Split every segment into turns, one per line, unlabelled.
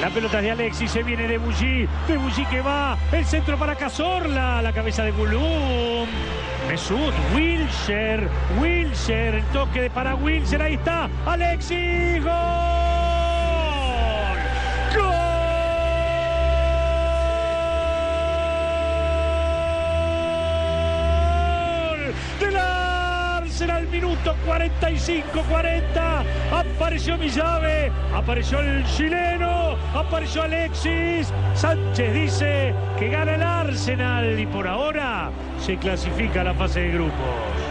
La pelota de Alexis se viene de Bulli. De Bulli que va. El centro para Cazorla. La cabeza de Gulum. Mesut. Wilshere. Wilshere. El toque de para Wilshere. Ahí está. Alexis. Gol. Gol. Del Arsenal. Minuto 45-40. Apareció mi llave. Apareció el chileno apareció Alexis. Sánchez dice que gana el Arsenal y por ahora se clasifica a la fase de grupos.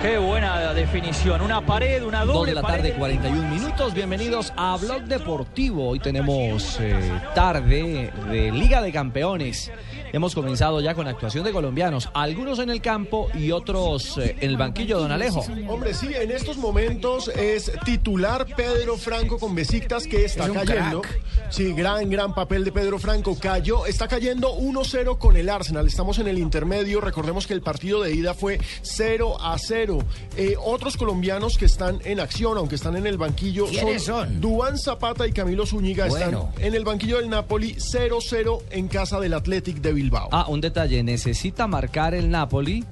Qué buena definición. Una pared, una doble.
Dos de la
pared.
tarde, 41 minutos. Bienvenidos a Blog Deportivo. Hoy tenemos eh, tarde de Liga de Campeones. Hemos comenzado ya con actuación de colombianos, algunos en el campo y otros eh, en el banquillo, don Alejo.
Hombre, sí, en estos momentos es titular Pedro Franco con Besiktas que está
Es un
cayendo. Sí, gran, gran papel de Pedro Franco. Cayó, está cayendo 1-0 con el Arsenal. Estamos en el intermedio. Recordemos que el partido de ida fue 0 a 0. Eh, otros colombianos que están en acción, aunque están en el banquillo,
¿Quiénes son?
Duván Zapata y Camilo Zúñiga
Bueno.
están en el banquillo del Napoli 0-0 en casa del Athletic de Bilbao.
Ah, un detalle, necesita marcar el Napoli,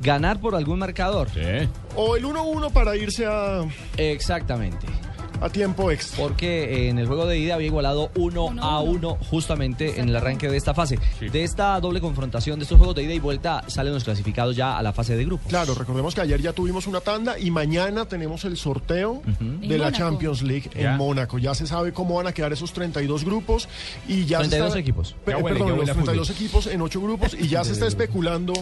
ganar por algún marcador.
O el 1-1 para irse a,
Exactamente.
a tiempo extra.
Porque eh, en el juego de ida había igualado 1 a 1 justamente en el arranque de esta fase. De esta doble confrontación, de estos juegos de ida y vuelta, salen los clasificados ya a la fase de grupos.
Claro, recordemos que ayer ya tuvimos una tanda y mañana tenemos el sorteo de
En
la
Mónaco.
Champions League en Mónaco. Ya se sabe cómo van a quedar esos 32 grupos y ya se
32
está-
equipos.
Pe-
Ya huele,
perdón,
ya huele
los
a
32 equipos en 8 grupos y ya se está especulando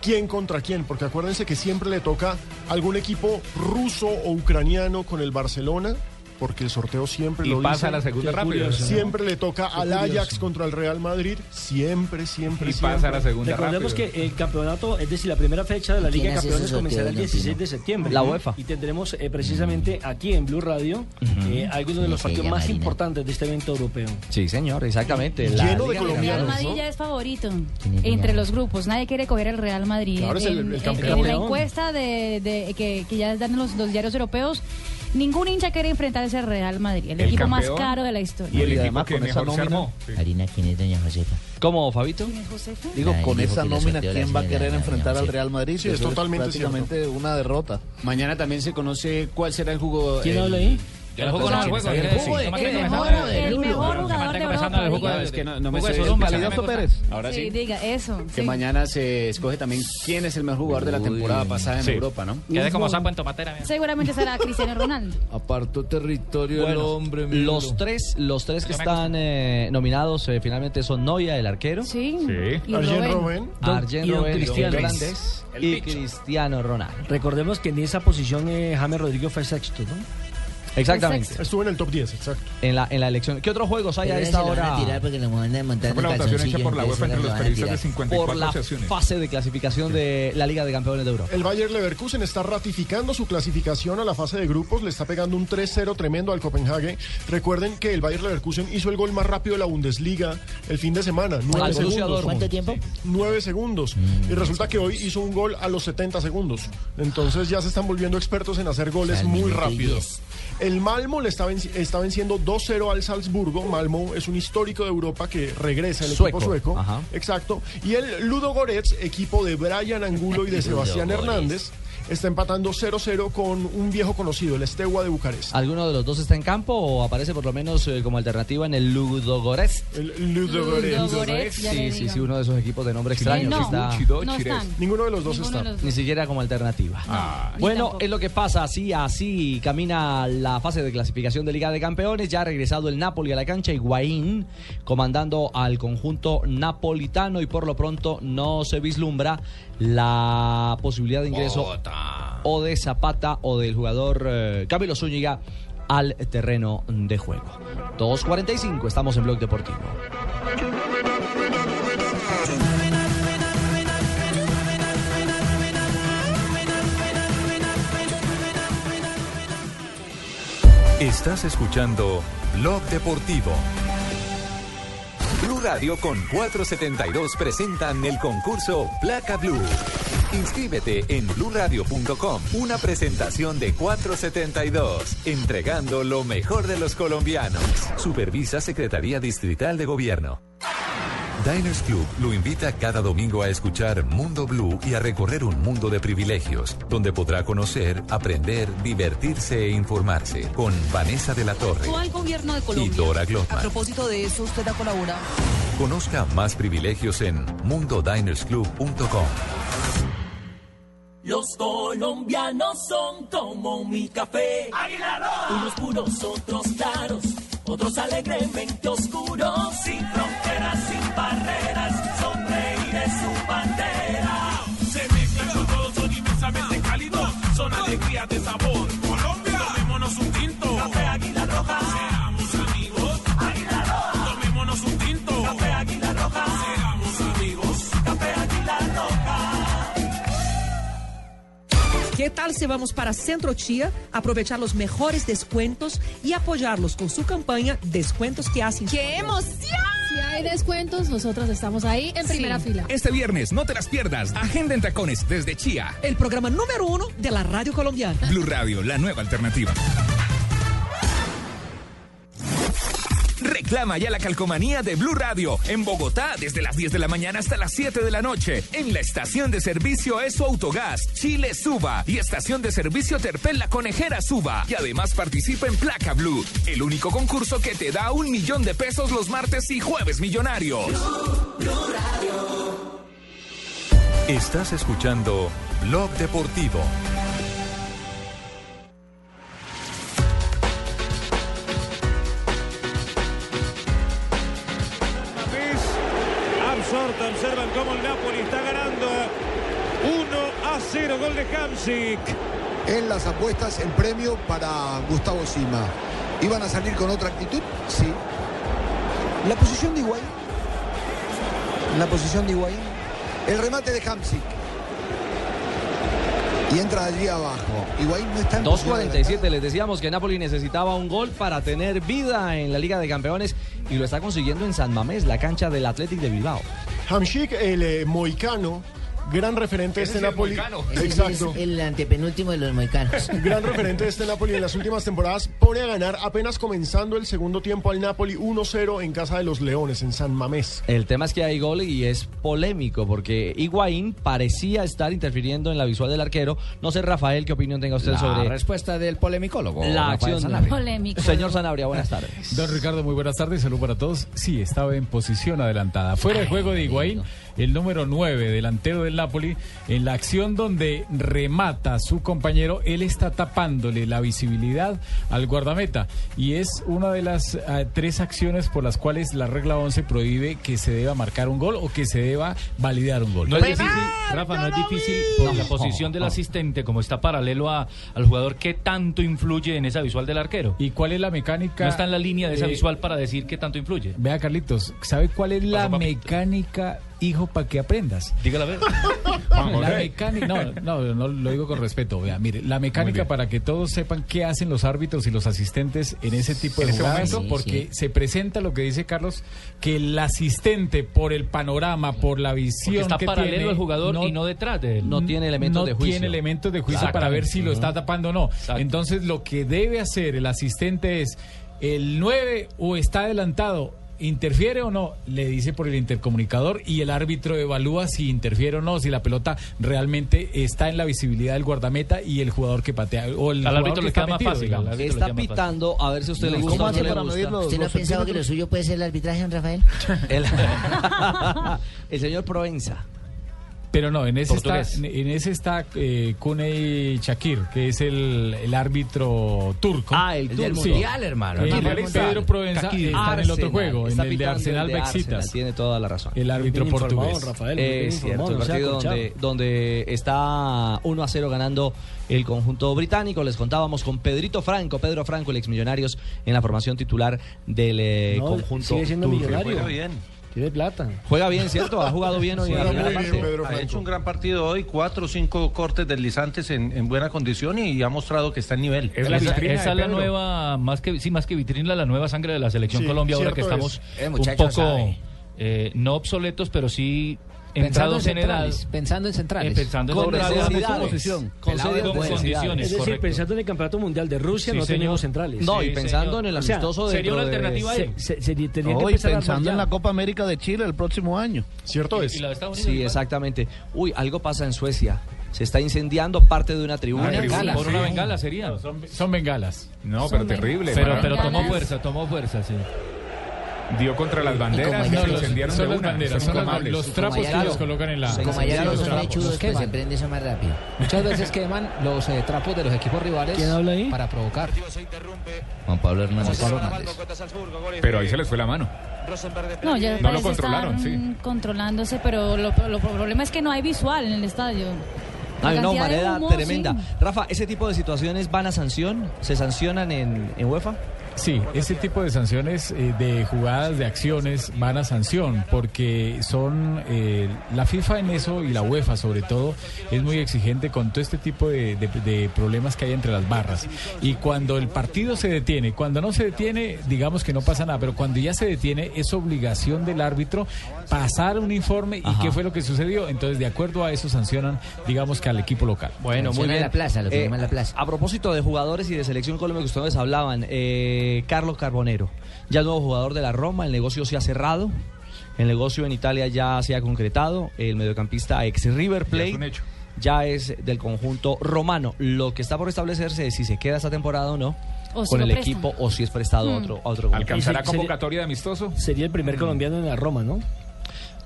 quién contra quién, porque acuérdense que siempre le toca algún equipo ruso o ucraniano con el Barcelona. Porque el sorteo siempre
Y
lo
pasa
dice.
a la segunda
Qué
rápido.
curioso, ¿no? Siempre le toca al Ajax contra el Real Madrid. Siempre, siempre,
Y
siempre.
pasa a la segunda
Recordemos
rápido.
que el campeonato, es decir, la primera fecha de la Liga
¿Quién
de
hace
Campeones
esos
comenzará el
sorteos,
16 de
Lampino?
septiembre.
La UEFA.
Y tendremos eh, precisamente aquí en Blue Radio eh, algunos de los
Sí,
partidos
ya,
más
Marina.
importantes de este evento europeo.
Sí, señor, exactamente.
Lleno de
Liga
colombianos,
Real
Campeones.
Madrid ya es favorito
es
entre
Real?
los grupos. Nadie quiere coger al Real Madrid.
Claro, es el- el
en, en-
campeón.
en la
Campeón.
encuesta de, de- que, que ya dan los, los diarios europeos, ningún hincha quiere enfrentar a ese Real Madrid, el,
El
equipo más
campeón
caro de la
Y
historia.
el
Y
equipo
además
que
con esa
mejor se
nómina.
armó. Sí.
Marina, ¿quién es doña Josefa?
¿Cómo, Fabito?
¿Quién es Josefa?
Digo, con esa nómina, ¿quién va a querer enfrentar al Real Madrid?
Sí, es totalmente cierto.
una derrota.
Mañana también se conoce cuál será el jugo.
¿Quién
eh,
habla ahí?
Yo no juego nada, juego.
¿El
quiere
juego
decir. No
de
me
qué?
estoy
¿El
pensando
juego
en
de
el
Lula?
mejor
Se me
jugador
está
de
empezando
Europa.
el juego
diga.
de-
Es que no, no me
Juego de
estoy
Zurumba,
escuchando.
Leandro
Pérez. Ahora
Sí,
sí.
diga, eso.
Que
sí.
mañana se escoge también quién es el mejor jugador de la temporada pasada en
Sí.
Europa, ¿no?
Quedé como sapo en tomatera. mira.
Seguramente será Cristiano Ronaldo.
Apartó territorio
Bueno, los tres, los tres que
Yo me
están eh, nominados eh, finalmente son Noia, el arquero,
Sí.
Sí.
Y
Arjen
Robben.
Robben.
Arjen
y don
Robben, el
Cristiano.
holandés,
El
y
bicho.
Cristiano Ronaldo.
Recordemos que en esa posición eh, James Rodríguez fue sexto, ¿no?
Exactamente.
Estuvo en el top 10, exacto.
En la, en la elección. ¿Qué otros juegos hay a
Ahí
esta
está ahora.
hora?
porque nos van a montar
Fue la votación hecha por la UEFA entre los periodistas de
Por
54
la
asociaciones.
fase de clasificación de la Liga de Campeones de Europa.
El Bayer Leverkusen está ratificando su clasificación a la fase de grupos, le está pegando un 3-0 tremendo al Copenhague. Recuerden que el Bayer Leverkusen hizo el gol más rápido de la Bundesliga el fin de semana, 9
Al Borussia
segundos.
Dortmund. Mm.
¿Cuánto tiempo?
9 segundos. Y resulta que hoy hizo un gol a los 70 segundos. Entonces ya se están volviendo expertos en hacer goles
Al
muy
minuto y
rápidos.
diez.
El Malmo le está, venci- está venciendo 2-0 al Salzburgo. Malmo es un histórico de Europa que regresa el
Sueco.
equipo sueco.
Ajá.
Exacto. Y el Ludo Goretz, equipo de Brian Angulo y de
Ludo
Sebastián
Goretz.
Hernández, está empatando 0-0 con un viejo conocido, el Estegua de Bucarest.
¿Alguno de los dos está en campo o aparece por lo menos eh, como alternativa en el Ludogorets?
El Ludogorets. Ludogorets, ya
Sí,
le
sí,
digo.
sí, uno de esos equipos de nombre extraño.
no,
que está...
no están. Ninguno de los dos está. Ah,
Ni siquiera como alternativa.
Ah.
bueno, es lo que pasa. Así, así camina la fase de clasificación de Liga de Campeones. Ya ha regresado el Napoli a la cancha. Higuaín comandando al conjunto napolitano. Y por lo pronto no se vislumbra la posibilidad de ingreso o de Zapata o del jugador eh, Camilo Zúñiga al terreno de juego. 2.45, estamos en Blog Deportivo.
Estás escuchando Blog Deportivo. Blue Radio con 472 presentan el concurso Placa Blue. Inscríbete en bluradio.com. Una presentación de 472, entregando lo mejor de los colombianos. Supervisa Secretaría Distrital de Gobierno. Diners Club lo invita cada domingo a escuchar Mundo Blue y a recorrer un mundo de privilegios, donde podrá conocer, aprender, divertirse e informarse con Vanessa de la Torre
al gobierno de
y
Colombia.
Dora
A
Glotman.
propósito de eso, usted ha colaborado.
Conozca más privilegios en mundodinersclub.com.
Los colombianos son como mi café. Unos puros, otros claros, otros alegremente oscuros. Sin fronteras, sin barreras, sonreír es su bandera. Se mezclan con todos, son inmensamente cálidos, son alegría de sabor. Colombia, tomémonos un tinto. Café Águila Roja. Seamos amigos. Águila Roja. Tomémonos un tinto. Café Águila Roja. Seamos amigos. Café Águila Roja.
¿Qué tal si vamos para Centro Chía, aprovechar los mejores descuentos y apoyarlos con su campaña Descuentos que hacen? ¡Qué
Si hay descuentos, nosotros estamos ahí en primera fila.
Este viernes no te las pierdas. Agenda en Tacones desde Chía.
El programa número uno de la radio colombiana.
Blue Radio, la nueva alternativa. Reclama ya la calcomanía de Blue Radio en Bogotá desde las 10 de la mañana hasta las 7 de la noche. En la estación de servicio ESO Autogás, Chile Suba y estación de servicio Terpel La Conejera Suba. Y además participa en Placa Blue, el único concurso que te da un millón de pesos los martes y jueves millonarios.
Estás escuchando Blog Deportivo.
Tapiz. Absorta, observan cómo el Napoli está ganando 1 a 0, gol de Hamsik.
En las apuestas, el premio para Gustavo Sima. ¿Iban a salir con otra actitud? Sí. La posición de Higuaín. La posición de Higuaín. El remate de Hamsik. Y entra allí abajo. Higuaín no está en posición de
2.47, les decíamos que Napoli necesitaba un gol para tener vida en la Liga de Campeones y lo está consiguiendo en San Mamés, la cancha del Athletic de Bilbao.
Hamshik, el eh, moicano, gran referente de este Napoli. Exacto.
el antepenúltimo de los moicanos.
Gran referente de este Napoli en las últimas temporadas pone a ganar apenas comenzando el segundo tiempo al Napoli 1-0 en casa de los Leones en San Mamés.
El tema es que hay gol y es polémico porque Higuaín parecía estar interfiriendo en la visual del arquero. No sé, Rafael, qué opinión tenga usted
La
sobre
respuesta del polemicólogo.
la
Rafael
acción.
Sanabria.
Polémico.
Señor Sanabria, buenas tardes.
Don Ricardo, muy buenas tardes, salud para todos. Sí, estaba en posición adelantada. Fuera de juego de Higuaín, el número 9, delantero del Napoli, en la acción donde remata a su compañero, él está tapándole la visibilidad al guardameta. Y es una de las ah, tres acciones por las cuales la regla 11 prohíbe que se deba marcar un gol o que se deba validar un gol.
No es difícil, Rafa, no es difícil por la posición del asistente, como está paralelo a, al jugador, ¿qué tanto influye en esa visual del arquero?
¿Y cuál es la mecánica?
No está en la línea de esa
Eh,
visual para decir qué tanto influye.
Vea, Carlitos, ¿sabe cuál es la mecánica, hijo, para que aprendas?
Dígala a ver.
la mecánica, no, no, no, lo digo con respeto. Vea, mire, la mecánica para que todos sepan qué hacen los árbitros y los asistentes en ese tipo de
En ese
jugadas,
momento.
porque
Sí, sí.
se presenta lo que dice Carlos, que el asistente por el panorama, por la visión
Porque está
que
paralelo
tiene,
al jugador y no detrás de él.
no tiene
elementos de juicio.
tiene elementos de juicio para
Exactamente.
ver si lo está
Ajá.
tapando o no. Entonces, lo que debe hacer el asistente es: el 9 o está adelantado. ¿interfiere o no? Le dice por el intercomunicador y el árbitro evalúa si interfiere o no, si la pelota realmente está en la visibilidad del guardameta y el jugador que patea. O el
Al
jugador
árbitro
que
le
está
queda más
metido,
fácil,
digamos.
al árbitro
Está pitando, a ver si a usted le gusta. o no le gusta.
¿Usted no ha pensado que lo suyo puede ser el arbitraje, don Rafael?
El, el señor Provenza.
Pero no, en ese
Portugués.
está, en ese está eh, Kunei Shakir, que es el, el árbitro turco. Ah, el,
del
sí.
Mundial, hermano.
Y
El del
Pedro
Mundial.
Provenza
Shakir.
está en el otro
Arsenal.
juego, en
Está
el de
pitando
Arsenal
el de Arsenal,
Bexitas.
Tiene toda la razón.
El árbitro
Bien informado,
portugués.
Rafael,
Eh,
es cierto,
informado,
el
o sea,
partido
colchado.
donde, donde está 1 a 0 ganando el conjunto británico. Les contábamos con Pedrito Franco, Pedro Franco, el exmillonarios, en la formación titular del eh,
No,
conjunto.
sigue siendo
turco.
millonario. Tiene plata.
Juega bien, ¿cierto? Ha jugado bien hoy en la
Juega
primera
muy bien,
parte.
Pedro Ha hecho un gran partido hoy, cuatro o cinco cortes deslizantes en, en buena condición y ha mostrado que está en nivel.
Es la- esa esa es la nueva, más que, sí, más que vitrina, la nueva sangre de la selección
Sí,
Colombia ahora que
cierto
estamos
es. Eh,
un
muchacho,
poco,
sabe.
eh, no obsoletos, pero sí
Pensando
entrados
en
en edad.
centrales, pensando en centrales.
Eh, pensando en
Con
centrales.
necesidades.
Con posición. Con Pelado serias con necesidades. condiciones,
Es decir,
correcto.
pensando en el campeonato mundial de Rusia,
Sí,
no
señor.
tenemos centrales.
No, y Sí, pensando señor. en el amistoso
de
dentro de-
se, se- se- tenía que
Hoy
empezar a
pensando
armar
en
ya.
la Copa América de Chile el próximo año.
Cierto es.
Sí, exactamente. Uy, algo pasa en Suecia. Se está incendiando parte de una tribuna.
Ah, Una tribuna,
Por una
sí.
bengala sería.
Son, son bengalas.
No,
pero Son terrible, bengalas.
Pero,
Manuel.
pero tomó
Bengalas.
fuerza, tomó fuerza, sí.
Dio contra las banderas y
No,
se
los-
incendiaron
son
de
las
una.
banderas,
Son
son las-
intomables.
los trapos
Como
que
allá
los
lo-
colocan en la-
Como allá
Sí,
los
los
son
trapos,
lechudos
los
que se
queman.
prende eso más rápido.
Muchas veces queman los eh, trapos de los equipos rivales para provocar.
Juan Pablo Hernández.
Pero ahí se les fue la mano.
No, ya
No lo
parece
controlaron,
estar,
sí.
mm, controlándose, pero lo, lo- lo problema es que no hay visual en el estadio. La
Ay, no,
cantidad de
manera
humo,
tremenda.
sí.
Rafa, ¿ese tipo de situaciones van a sanción? ¿Se sancionan en, en UEFA?
Sí, ese tipo de sanciones eh, de jugadas, de acciones, van a sanción, porque son eh, la FIFA en eso y la UEFA sobre todo es muy exigente con todo este tipo de, de- de problemas que hay entre las barras. Y cuando el partido se detiene, cuando no se detiene, digamos que no pasa nada, pero cuando ya se detiene es obligación del árbitro pasar un informe y
Ajá.
qué fue lo que sucedió. Entonces, de acuerdo a eso sancionan, digamos que al equipo local.
Eh, A propósito de jugadores y de selección Colombia que ustedes hablaban, eh, Carlos Carbonero, ya nuevo jugador de la Roma, el negocio se ha cerrado. El negocio en Italia ya se ha concretado. El mediocampista ex River Plate ya es, del conjunto romano. Lo que está por establecerse es si se queda esta temporada o no
O si
con
lo
el
prestan.
equipo o si es prestado a
Mm.
otro a otro conjunto.
Y se- sería- Sería el primer colombiano en la Roma, ¿no?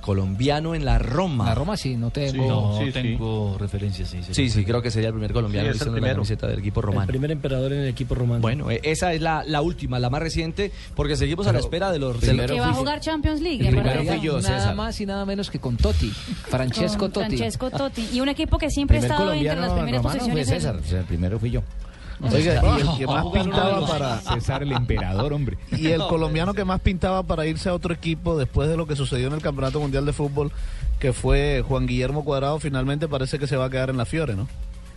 colombiano en la Roma.
La Roma sí, no tengo.
No, sí,
tengo referencias, sí.
Sí, sí, creo que sería el primer colombiano
Sí, es
visto
el
en la
primero.
camiseta del equipo romano.
El primer emperador en el equipo romano.
Bueno, eh, esa es la, la última, la más reciente, porque seguimos a la espera de los... de los-
Que va a jugar Champions League.
Primero
acuérdate.
fui yo, nada más y nada menos que con Totti, Francesco
Con
Totti.
Francesco Totti. Y un equipo que siempre ha
Primer
estado entre las
colombiano
primeras
romano fue
posiciones. en-
César.
O sea, primero fui yo.
Oiga, y el que
Va a
más
jugar uno de
pintaba
los-
para.
César el emperador, hombre.
Y el
No,
colombiano que más pintaba para irse a otro equipo después de lo que sucedió en el Campeonato Mundial de Fútbol, que fue Juan Guillermo Cuadrado, finalmente parece que se va a quedar en la Fiore, ¿no?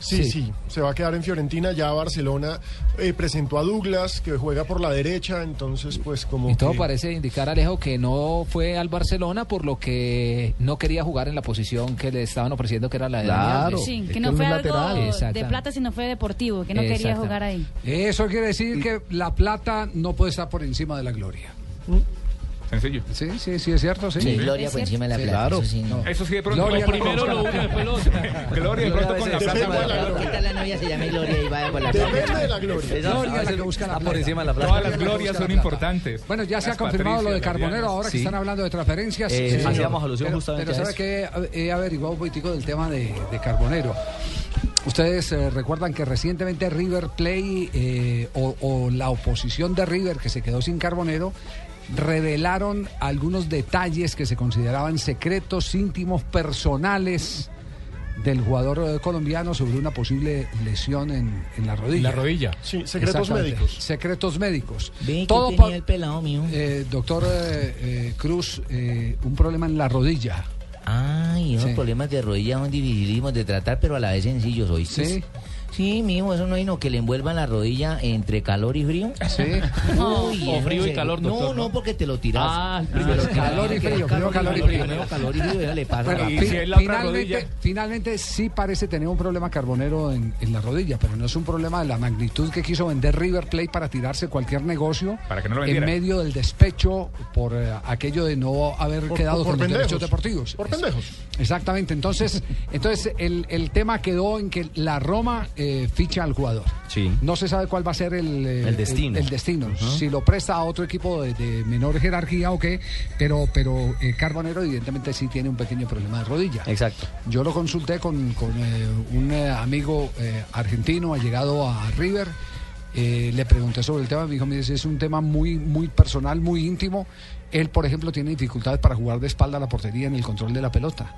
Sí, sí, se va a quedar en Fiorentina, ya Barcelona eh, presentó a Douglas, que juega por la derecha, entonces pues como...
Y todo
que-
parece indicar, Alejo, que no fue al Barcelona por lo que no quería jugar en la posición que le estaban ofreciendo, que era la de Dani Alves.
Sí, que no fue algo de
Exactamente.
plata, sino fue deportivo, que no quería
Exactamente.
jugar ahí.
Eso quiere decir que la plata no puede estar por encima de la gloria.
Sencillo.
Sí, sí, sí, es cierto, sí.
Sí, Gloria por encima de la
Sí,
plata.
claro.
Eso sí, no.
Eso sí, de pronto.
Gloria
Lo primero
con-
lo uno, después lo otro. Gloria, de pronto con la plata.
¿Qué tal la novia se llama Gloria y vaya por la plata?
Depende de la gloria.
Esa-
Gloria
a veces
la que busca la
está
plata.
por encima de la plata.
Todas las
Gloria la que
glorias
busca la
son
plata.
importantes.
Bueno, ya se ha
Las
confirmado
Patricias,
lo de
las
Carbonero,
Dianas.
ahora
Sí.
que están hablando de transferencias.
Eh,
señor.
hacíamos alusión
pero,
justamente
Pero
a
¿sabe
eso.
que he averiguado un poquitico del tema de, de Carbonero? Ustedes eh, recuerdan que recientemente River Play eh, o, o la oposición de River que se quedó sin Carbonero revelaron algunos detalles que se consideraban secretos íntimos personales del jugador eh, colombiano sobre una posible lesión en, en la rodilla.
La rodilla. Sí, secretos
Exactamente.
médicos.
Secretos médicos.
Ve que
pa-
tenía el pelado mío.
eh, doctor eh, eh, Cruz, eh, un problema en la rodilla.
Ay, unos
Sí.
problemas de rodilla, un dividimos de tratar, pero a la vez sencillos, hoy
Sí.
Sí, mijo, eso no hay no que le envuelvan la rodilla entre calor y frío. Sí.
O frío y calor,
No,
doctor,
no, porque te lo tiras.
Ah,
Pero
ah,
que-
calor y
que-
frío, frío,
calor,
calor y frío.
Primero calor y frío, ya le pasa.
Bueno,
la-
fi- finalmente, finalmente sí parece tener un problema Carbonero en, en la rodilla, pero no es un problema de la magnitud que quiso vender River Plate para tirarse cualquier negocio
Para que no lo
en
vendiera.
medio del despecho por eh, aquello de no haber
Por-
quedado
por-
con
por
los derechos
pendejos.
deportivos.
Por
Es-
pendejos.
Exactamente. Entonces, entonces el, el tema quedó en que la Roma eh, ficha al jugador.
Sí.
No se sabe cuál va a ser el, eh,
El destino.
el destino.
Ujú.
Si lo presta a otro equipo de, de menor jerarquía o qué, pero, pero eh, Carbonero evidentemente sí tiene un pequeño problema de rodilla.
Exacto.
Yo lo consulté con, con, eh, un eh, amigo eh, argentino, ha llegado a River. eh, le pregunté sobre el tema, me dijo, mire, ese es un tema muy, muy personal, muy íntimo. Él, por ejemplo, tiene dificultades para jugar de espalda a la portería en el control de la pelota,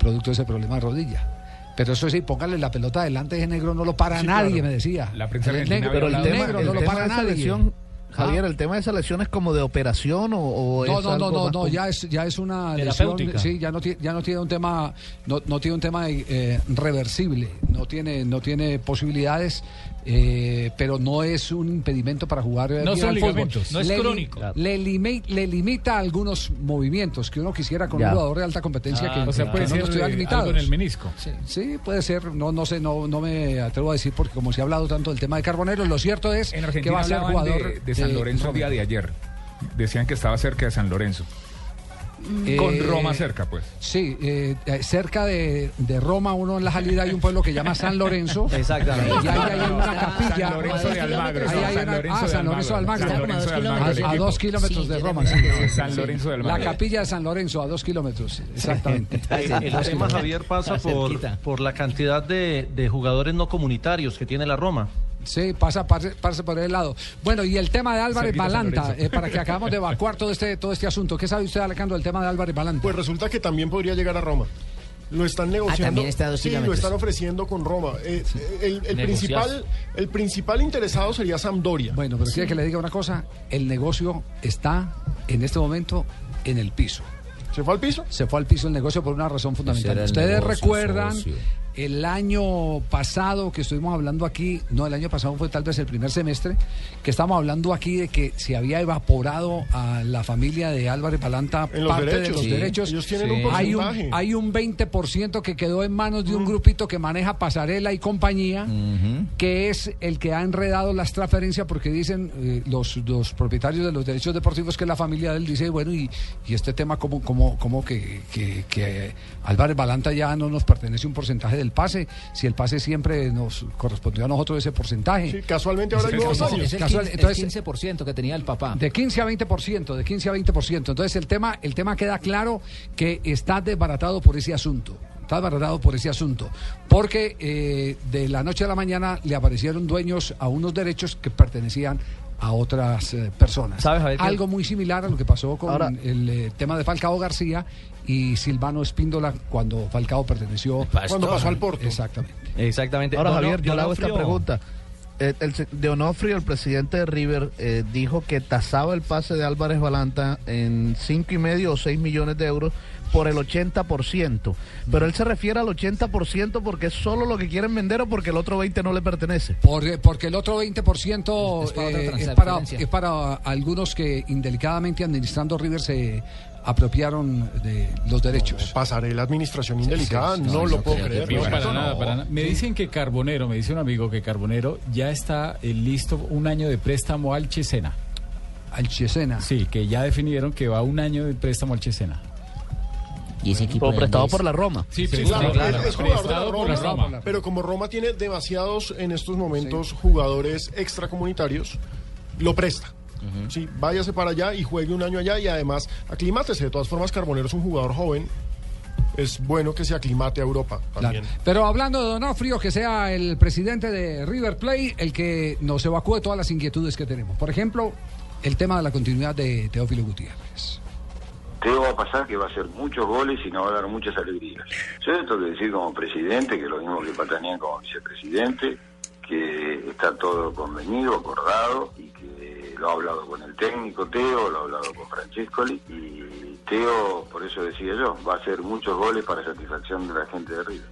producto de ese problema de rodilla. Pero eso sí, póngale la pelota delante ese negro, no lo para
Sí,
nadie,
claro.
me decía.
La
prensa El argentina negro,
pero el
el
tema,
negro
el
no lo
tema
para
de esa
nadie.
lesión,
Ah.
Javier, el tema de esa lesión es como de operación o, o
No,
es
no, no,
algo
no,
más
no,
com-
ya es, ya es una lesión,
Terapéutica.
sí, ya no tiene, ya no tiene un tema, no, no tiene un tema eh, reversible, no tiene, no tiene posibilidades, eh, pero no es un impedimento para jugar eh,
No
bien
son
al fútbol.
ligamentos, no es
li-
crónico.
Le, limi- le limita algunos movimientos que uno quisiera con
Ya.
un jugador de alta competencia
Ah,
que,
o sea,
que
puede
no
ser,
nos estuvieran
eh, algo
limitados.
en el menisco.
Sí, sí, puede ser, no, no sé, no, no me atrevo a decir porque como se ha hablado tanto del tema de Carbonero, lo cierto es
En
que
Argentina
va a ser
hablaban
jugador
de, de San
eh,
Lorenzo
Roma.
día de ayer. Decían que estaba cerca de San Lorenzo.
Eh,
Con Roma cerca, pues.
Sí, eh, eh, cerca de, de Roma, uno en la salida hay un pueblo que llama San Lorenzo.
Exactamente.
Y ahí hay una capilla.
San Lorenzo de Almagro,
Ahí
no,
hay
San
una-
Lorenzo
ah,
de
San Lorenzo de Almagro.
Almagro. San Lorenzo de
A,
Almagro, el
a
equipo.
dos kilómetros
Sí,
de
yo
Roma.
también.
sí.
San
Sí.
Lorenzo de Almagro.
La capilla de San Lorenzo, a dos kilómetros. Exactamente.
El, el tema, Javier, pasa por, por la cantidad de, de jugadores no comunitarios que tiene la Roma.
Sí, pasa, pasa, pasa por el lado. Bueno, y el tema de Álvarez
Cerquita San
Balanta,
Lorenzo.
eh, para que acabamos de evacuar todo este, todo este asunto. ¿Qué sabe usted, Alejandro, del tema de Álvarez Balanta?
Pues resulta que también podría llegar a Roma. Lo están negociando.
Ah, también está a dos
sí, lo
kilómetros.
están ofreciendo con Roma. Eh, eh, el, el
Negociazo.
principal, el principal interesado sería Sampdoria.
Bueno, pero quiere que le diga una cosa, el negocio está en este momento en el piso.
¿Se fue al piso?
Se fue al piso el negocio por una razón fundamental.
era el
Ustedes
negocio,
recuerdan
socio.
el año pasado que estuvimos hablando aquí, no, el año pasado fue tal vez el primer semestre, que estábamos hablando aquí de que se había evaporado a la familia de Álvarez Palanta
En los
parte de
derechos.
los
Sí.
derechos.
Ellos tienen un
hay,
porcentaje.
un, hay un 20% que quedó en manos de un grupito que maneja pasarela y compañía que es el que ha enredado las transferencias porque dicen eh, los, los propietarios de los derechos deportivos que la familia de él dice, bueno, y, y este tema como, como, como que, que, que Álvarez Balanta ya no nos pertenece un porcentaje del pase, si el pase siempre nos correspondió a nosotros ese porcentaje.
Sí, casualmente ahora hay nuevos
Casual-
años.
es el casual- entonces,
15% que tenía el papá.
de 15 a 20%, de 15 a 20%. Entonces el tema, el tema queda claro que está desbaratado por ese asunto. Está desbaratado por ese asunto. Porque eh, de la noche a la mañana le aparecieron dueños a unos derechos que pertenecían a otras eh, personas.
¿Sabes, Javier, que-
Algo muy similar a lo que pasó con
Ahora-
el eh, tema de Falcao García y Silvano Espíndola cuando Falcao perteneció
Cuando pasó al Porto.
Exactamente.
Exactamente.
Ahora,
Dono-
Javier, yo le hago esta
Donofrio.
pregunta. Eh, El, se- Deonofrio, el presidente de River, eh, dijo que tasaba el pase de Álvarez Balanta en cinco y medio o 6 millones de euros por el 80%. Pero él se refiere al 80% porque es solo lo que quieren vender o porque el otro 20% no le pertenece.
Porque, porque el otro 20%
Es para otra
eh, es, para,
transferencia.
es para algunos que indelicadamente administrando River se apropiaron de los derechos.
Pasaré la administración indelicada, no, lo puedo creer.
No,
¿no?
para
No.
nada, para nada. Me dicen que Carbonero, me dice un amigo que Carbonero ya está eh, listo un año de préstamo al Chesena.
Al Chesena.
Sí, que ya definieron que va un año de préstamo al Chesena.
Y ese equipo. de
prestado
Andrés.
por la Roma.
Sí,
Sí,
prestado,
claro,
claro.
es, es jugador de la
Prestado por
Roma,
la Roma.
pero como Roma tiene demasiados en estos momentos jugadores extracomunitarios, lo presta. Sí, váyase para allá y juegue un año allá y además aclimátese. De todas formas, Carbonero es un jugador joven. Es bueno que se aclimate a Europa también.
Pero hablando de Donofrio, que sea el presidente de River Play el que nos evacúe todas las inquietudes que tenemos. Por ejemplo, el tema de la continuidad de Teófilo Gutiérrez.
Teo va a pasar que va a hacer muchos goles y nos va a dar muchas alegrías. Yo le tengo que decir como presidente, que lo mismo que Patanián como vicepresidente, que está todo convenido, acordado, y que lo ha hablado con el técnico Teo, lo ha hablado con Francescoli, y Teo, por eso decía yo, va a hacer muchos goles para satisfacción de la gente de River.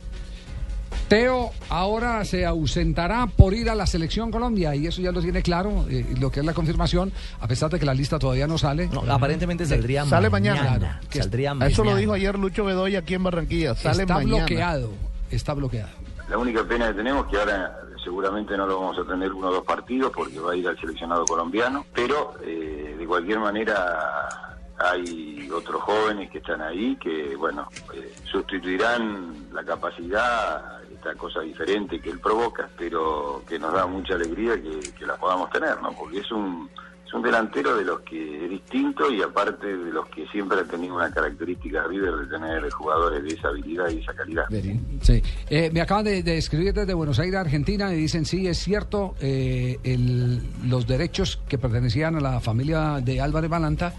Teo ahora se ausentará por ir a la selección Colombia y eso ya lo tiene claro, eh, lo que es la confirmación, a pesar de que la lista todavía no sale. Eh,
aparentemente saldría
sale
mañana.
mañana.
Claro, que saldría
Eso lo
mañana.
dijo ayer Lucho Bedoya aquí en Barranquilla. Sale
Está
mañana.
bloqueado, está bloqueado.
La única pena que tenemos es que ahora seguramente no lo vamos a tener uno o dos partidos porque va a ir al seleccionado colombiano, pero eh, de cualquier manera hay otros jóvenes que están ahí que, bueno, eh, sustituirán la capacidad, esta cosa diferente que él provoca, pero que nos da mucha alegría que, que la podamos tener, ¿no? Porque es un, es un delantero de los que es distinto y aparte de los que siempre ha tenido una característica River de tener jugadores de esa habilidad y esa calidad.
Sí. Eh, me acaban de, de escribir desde Buenos Aires, Argentina, y dicen, sí, es cierto, eh, el- los derechos que pertenecían a la familia de Álvarez Balanta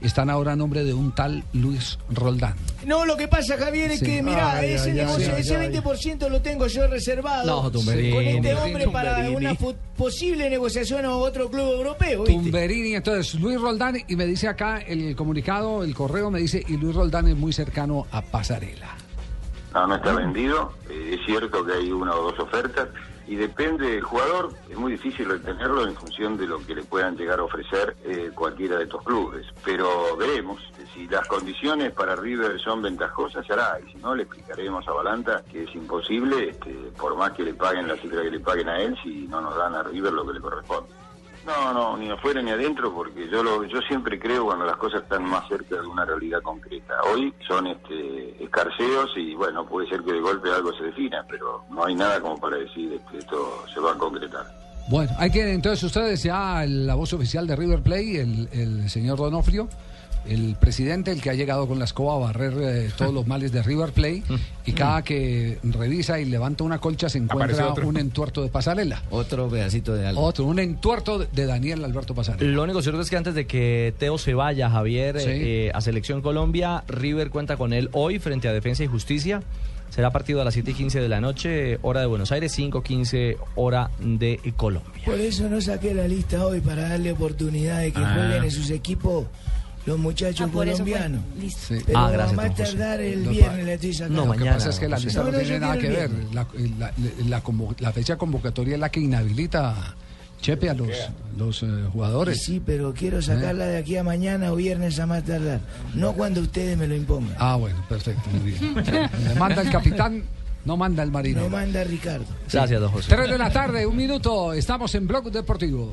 están ahora a nombre de un tal Luis Roldán.
No, lo que pasa, Javier, es
Sí.
que, mira,
Ay,
ese,
ay, ay,
negocio-
ay,
ese
ay.
20% lo tengo yo reservado
No, Tumberini.
con este hombre
Tumberini.
para una fu- posible negociación a otro club europeo. ¿viste?
Tumberini, entonces Luis Roldán, y me dice acá el comunicado, el correo me dice, y Luis Roldán es muy cercano a Pasarela.
No, no está vendido. Eh, es cierto que hay una o dos ofertas y depende del jugador. Es muy difícil retenerlo en función de lo que le puedan llegar a ofrecer eh, cualquiera de estos clubes. Pero veremos. Si las condiciones para River son ventajosas, se hará. Y si no, le explicaremos a Balanta que es imposible, este, por más que le paguen la cifra que le paguen a él, si no nos dan a River lo que le corresponde. No, no, ni afuera ni adentro, porque yo lo, yo siempre creo cuando las cosas están más cerca de una realidad concreta. Hoy son este escarceos y bueno, puede ser que de golpe algo se defina, pero no hay nada como para decir este, esto se va a concretar.
Bueno, hay que entonces ustedes ya el- la voz oficial de River Play, el, el señor Donofrio, el presidente, el que ha llegado con la escoba a barrer eh, todos los males de River Play, y cada que revisa y levanta una colcha se encuentra
Aparece otro.
un entuerto de Pasarela.
Otro pedacito de algo.
Otro, un entuerto de Daniel Alberto Pasarela.
Lo único cierto es que antes de que Teo se vaya, Javier,
Sí.
eh, a Selección Colombia, River cuenta con él hoy frente a Defensa y Justicia. Será partido a las 7 y 15 de la noche, hora de Buenos Aires, 5 15, hora de Colombia.
Por eso no saqué la lista hoy para darle oportunidad de que
Ah.
jueguen en sus equipos los muchachos
Ah, por eso fue.
colombianos.
Listo.
Pero
Ah, gracias,
a más
don José.
tardar el
No,
viernes
pa-
la estoy sacando.
Lo que pasa es que la lista no,
yo
tiene nada que
quiero el
ver.
viernes.
La, eh, la- la convo- la fecha convocatoria es la que inhabilita Chepe a los, los eh, jugadores. Eh.
Sí, pero quiero sacarla de aquí a mañana o viernes a más tardar. No cuando ustedes me lo impongan.
Ah, bueno, perfecto. Muy bien. Le manda el capitán, no manda el marino. No
manda Ricardo.
Gracias, don José.
Tres de la tarde, un minuto, estamos en Blog Deportivo.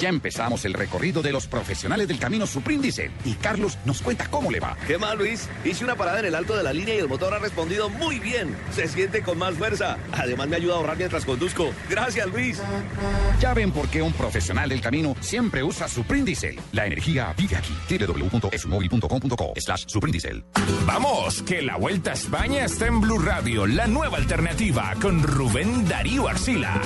Ya empezamos el recorrido de los profesionales del camino Suprindice y Carlos nos cuenta cómo le va.
¿Qué más, Luis? Hice una parada en el alto de la línea y el motor ha respondido muy bien. Se siente con más fuerza. Además, me ayuda a ahorrar mientras conduzco. Gracias, Luis.
Ya ven por qué un profesional del camino siempre usa Suprindiesel. La energía vive aquí. www.esmóvil.com.co slash Suprindiesel.
Vamos, que la Vuelta a España está en Blue Radio, la nueva alternativa con Rubén Darío Arcila.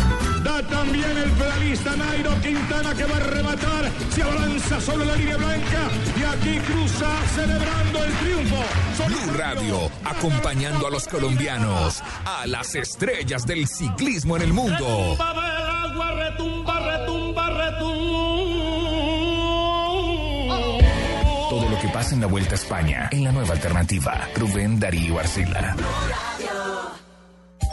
Da también el pedalista Nairo Quintana que va a rematar. Se abalanza sobre la línea blanca y aquí cruza celebrando el triunfo.
Blue Radio, acompañando a los colombianos, a las estrellas del ciclismo en el mundo.
Retumba el agua, retumba, retumba, retumba.
Todo lo que pasa en la Vuelta a España, en la nueva alternativa, Rubén Darío Arcila.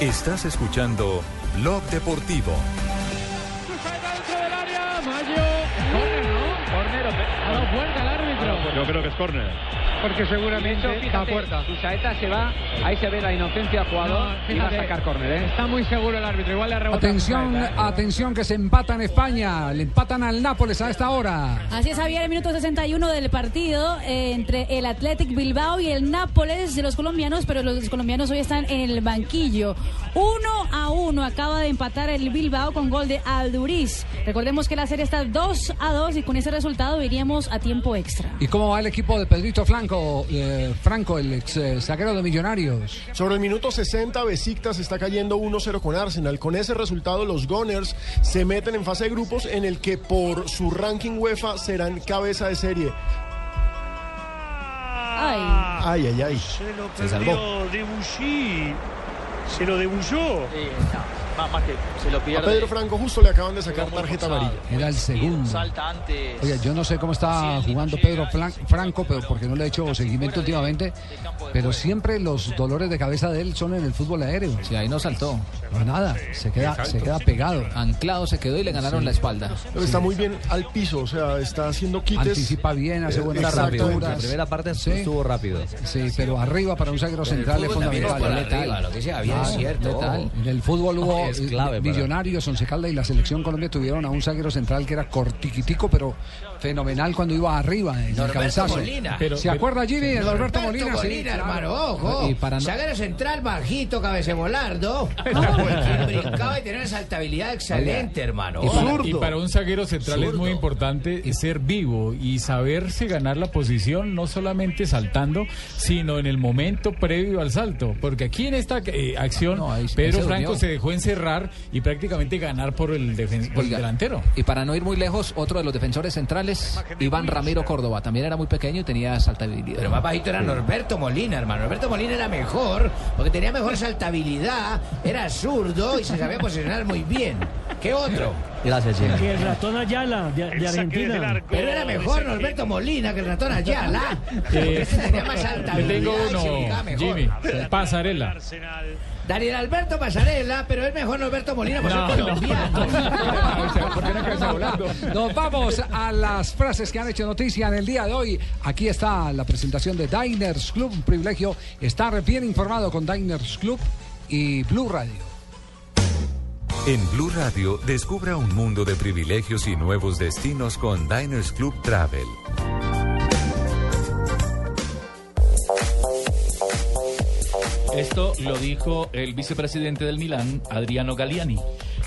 Estás escuchando Blog Deportivo.
Mayo. Corner, ¿no? Corner. A la puerta el árbitro.
puerta.
Yo creo que es córner.
Porque seguramente
fíjate,
Su saeta se va, ahí se ve la inocencia del jugador y va a sacar córner, ¿eh?
Está muy seguro el árbitro, igual le rebota.
Atención, atención que se empatan España, le empatan al Nápoles a esta hora.
Así es, Javier, el minuto 61 del partido eh, entre el Athletic Bilbao y el Nápoles de los colombianos, pero los colombianos hoy están en el banquillo. Uno a uno acaba de empatar el Bilbao con gol de Alduriz. Recordemos que la serie está 2 a 2 y con ese resultado iríamos a tiempo extra.
¿Y cómo va el equipo de Pedrito Franco, eh, Franco el ex eh, zaguero de Millonarios?
Sobre el minuto 60, Besiktas está cayendo 1-0 con Arsenal. Con ese resultado, los Gunners se meten en fase de grupos en el que por su ranking UEFA serán cabeza de serie.
Ah.
Ah.
Ay, ay, ay.
Se salvó.
perdió Debussy. Se lo debulló.
Más, más que se lo
A
pierde.
Pedro Franco justo le acaban de sacar tarjeta
forzado.
amarilla.
Era el segundo.
Salta antes.
Oye, yo no sé cómo está jugando Pedro Flan- Franco, pero porque no le he hecho seguimiento últimamente, pero siempre los dolores de cabeza de él son en el fútbol aéreo. Sí, ahí no saltó. No, nada, se queda, se queda pegado. Anclado se quedó y
le ganaron la espalda.
Pero está muy bien al piso, o sea, está haciendo quites.
Anticipa bien, hace
Eh,
buenas
exactamente.
rápido. La primera parte estuvo rápido. Sí, pero arriba para un zaguero central es
fútbol también es
fundamental.
por arriba, lo que dice Javier es cierto,
letal.
ojo.
En el fútbol hubo
Es clave
eh,
para-
Millonarios, Once Caldas y la Selección Colombia tuvieron a un zaguero central que era cortiquitico, pero fenomenal cuando iba arriba en el
Norberto
cabezazo.
Molina.
¿Se acuerda, Jimmy? de Norberto Molina, sí, claro.
hermano, ojo.
Y para no-
Zaguero central, bajito, cabecebolardo. Porque brincaba y tenía una saltabilidad excelente, hermano.
Y para,
Zurdo.
y para un zaguero central es muy importante ser vivo y saberse ganar la posición, no solamente saltando, sino en el momento previo al salto. Porque aquí en esta eh, acción, Pedro
Ah, se
Franco
durmió.
se dejó encerrar y prácticamente ganar por el, defen- por el
Oiga,
delantero.
Y para no ir muy lejos, otro de los defensores centrales, Iván Ramiro Córdoba, también era muy pequeño y tenía saltabilidad.
Pero más bajito era
Sí.
Norberto Molina, hermano. Norberto Molina era mejor, porque tenía mejor saltabilidad, era zurdo y se sabía posicionar muy bien. ¿Qué otro?
Gracias, Gina.
Que el ratón Ayala de, de Argentina.
Pero era mejor Norberto Molina que el ratón Ayala. Porque ese tenía más
eh, le
saltabilidad
tengo
y se ubicaba
uno,
mejor.
Jimmy, pasarela.
Daniel Alberto Pasarela, pero es mejor Norberto Molina por
No,
ser
no.
colombiano.
Eh,
Nos vamos a las frases que han hecho noticia en el día de hoy. Aquí está la presentación de Diners Club, un privilegio estar bien informado con Diners Club y Blue Radio.
En Blue Radio, descubra un mundo de privilegios y nuevos destinos con Diners Club Travel.
Esto lo dijo el vicepresidente del Milán, Adriano Galliani.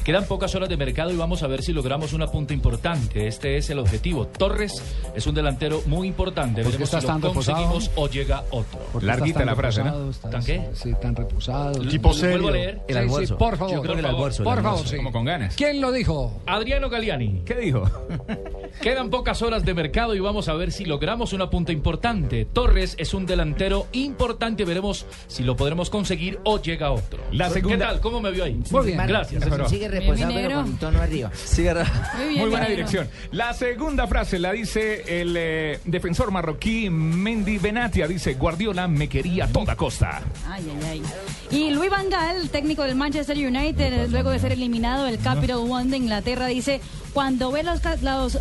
Quedan pocas horas de mercado y vamos a ver si logramos una punta importante. Este es el objetivo. Torres es un delantero muy importante.
¿Por qué
Veremos si
estás
lo
tan reposado?
conseguimos o llega otro.
¿Por qué estás tan reposado? Estás- eh,
¿Tan qué?
Sí, tan reposado.
Tipo serio. ¿Vuelvo a leer?
Sí,
El almuerzo.
sí, por favor.
Yo creo que el
Por
almuerzo, el
favor,
almuerzo.
sí.
Como con ganas.
¿Quién lo dijo?
Adriano Galiani. ¿Qué dijo? Quedan pocas horas de mercado y vamos a ver si logramos una punta importante. Torres es un delantero importante. Veremos si lo podremos conseguir o llega otro. La ¿Qué segunda- tal? ¿Cómo me vio ahí? Muy bien. Gracias. Mejoró.
Sigue responsable,
Bien,
pero
minero.
con tono arriba.
Muy bien,
Muy buena
Minero.
dirección. La segunda frase la dice el eh, defensor marroquí Mendy Benatia. Dice, Guardiola me quería a toda costa.
Ay, ay, ay. Y Luis Van Gaal, técnico del Manchester United, luego de ser eliminado del Capital One de Inglaterra, dice, cuando ve los... ca- los...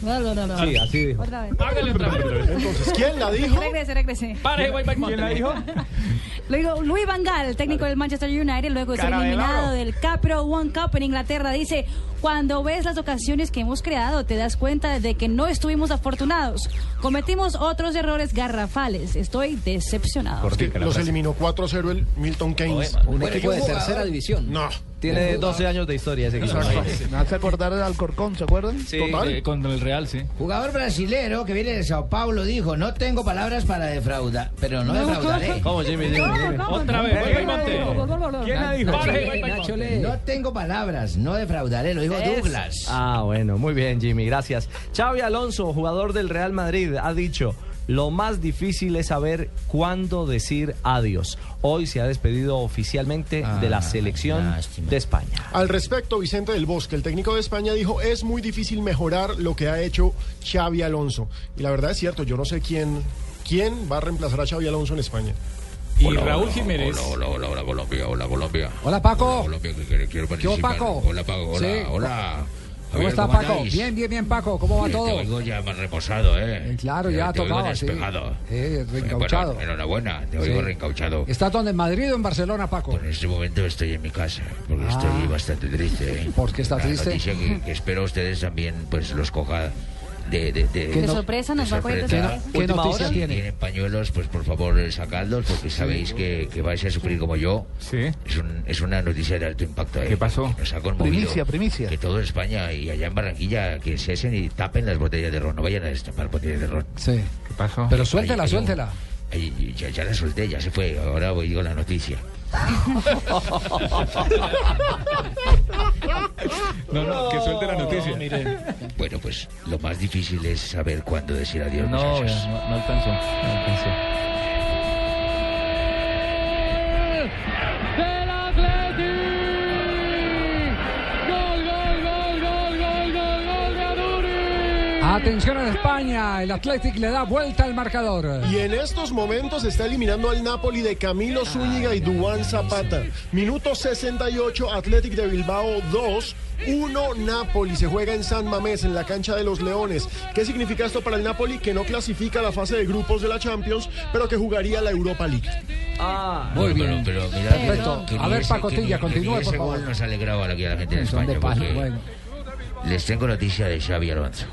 No, no, no, no.
Sí, así dijo.
Otra vez.
Entonces, ¿quién la dijo?
Regrese, regrese.
Pare, güey, Mike Mountain.
Luego, Luis Van Gaal, técnico del Manchester United, luego de ser
Cara de
eliminado
lado.
del Capro One Cup en Inglaterra, dice, cuando ves las ocasiones que hemos creado, te das cuenta de que no estuvimos afortunados. Cometimos otros errores garrafales. Estoy decepcionado.
Los eliminó 4-0 el Milton Keynes.
Un equipo de tercera división.
No.
Tiene 12 años de historia ese equipo.
Me hace acordar del Alcorcón, ¿se acuerdan?
eh, con el Real, sí.
Jugador brasilero que viene de Sao Paulo dijo, no tengo palabras para defraudar, pero no,
No,
defraudaré.
¿cómo, Jimmy, Jimmy, Jimmy? ¿Cómo, cómo? Otra vez, vuelve y monte. ¿Quién la dijo? Nacho Ley, Nacho Ley.
No tengo palabras, no defraudaré, lo dijo
Es-
Douglas.
Ah, bueno, muy bien, Jimmy, gracias. Xavi Alonso, jugador del Real Madrid, ha dicho, lo más difícil es saber cuándo decir adiós. Hoy se ha despedido oficialmente de la selección de España.
Al respecto, Vicente del Bosque, el técnico de España, dijo, es muy difícil mejorar lo que ha hecho Xavi Alonso. Y la verdad es cierto, yo no sé quién, quién va a reemplazar a Xavi Alonso en España.
Y Raúl Jiménez.
Hola, hola, hola, Colombia, hola, Colombia.
Hola, Paco.
Hola, Colombia, que quiero, quiero
Oh. ¿Qué hubo,
participar.
Paco?
Hola, Paco, hola,
Sí.
hola.
¿Cómo está Paco? Bien, bien, bien, Paco. ¿Cómo va
Oye,
todo?
Te oigo ya más reposado, ¿eh?
Eh, claro, ya
te oigo
tocaba, sí.
despejado.
Eh,
Bueno,
reencauchado.
enhorabuena, te
Sí.
oigo reencauchado.
¿Estás donde? ¿En Madrid o en Barcelona, Paco?
En este momento estoy en mi casa, porque
Ah.
estoy bastante triste. ¿eh?
¿Por qué está
La
triste?
noticia que, que espero ustedes también pues los coja de... de, de
¿Qué sorpresa nos va a contar? sorpresa?
¿Qué
Última
noticia
hora.
tiene? tienen pañuelos, pues por favor eh, sacadlos, porque sabéis que, que vais a sufrir como yo. Sí. Es, un- es una noticia de alto impacto. ¿Qué pasó? Nos ha conmovido.
Primicia, primicia.
Que todo España y allá en Barranquilla que cesen y tapen las botellas de ron. No vayan a destapar botellas de ron.
Sí.
¿Qué pasó?
Pero suéltela, suéltela.
ya, ya la solté, ya se fue. Ahora voy con la noticia.
No, no, que suelte la noticia.
Bueno, pues lo más difícil es saber cuándo decir adiós,
No,
muchachos.
no, no alcanzó. No alcanzó.
del Atleti. Gol, gol, gol, gol, gol, gol, gol de Aduri.
Atención a España. El Athletic le da vuelta al marcador.
Y en estos momentos está eliminando al Napoli de Camilo Zúñiga y Duan Zapata. Minuto 68, Athletic de Bilbao 2. 1 Napoli se juega en San Mamés, en la cancha de los Leones. ¿Qué significa esto para el Napoli? Que no clasifica a la fase de grupos de la Champions, pero que jugaría la Europa League.
Ah,
No,
muy
pero-
bien.
Pero, mira,
Perfecto.
que ni
A ver,
ese-
Paco
que ni-
Tilla,
que ni
continúe,
ese
por favor.
gol nos ha alegrado aquí a la gente de
Son
España.
de palo,
porque
bueno.
Les tengo noticia de Xavi Alonso.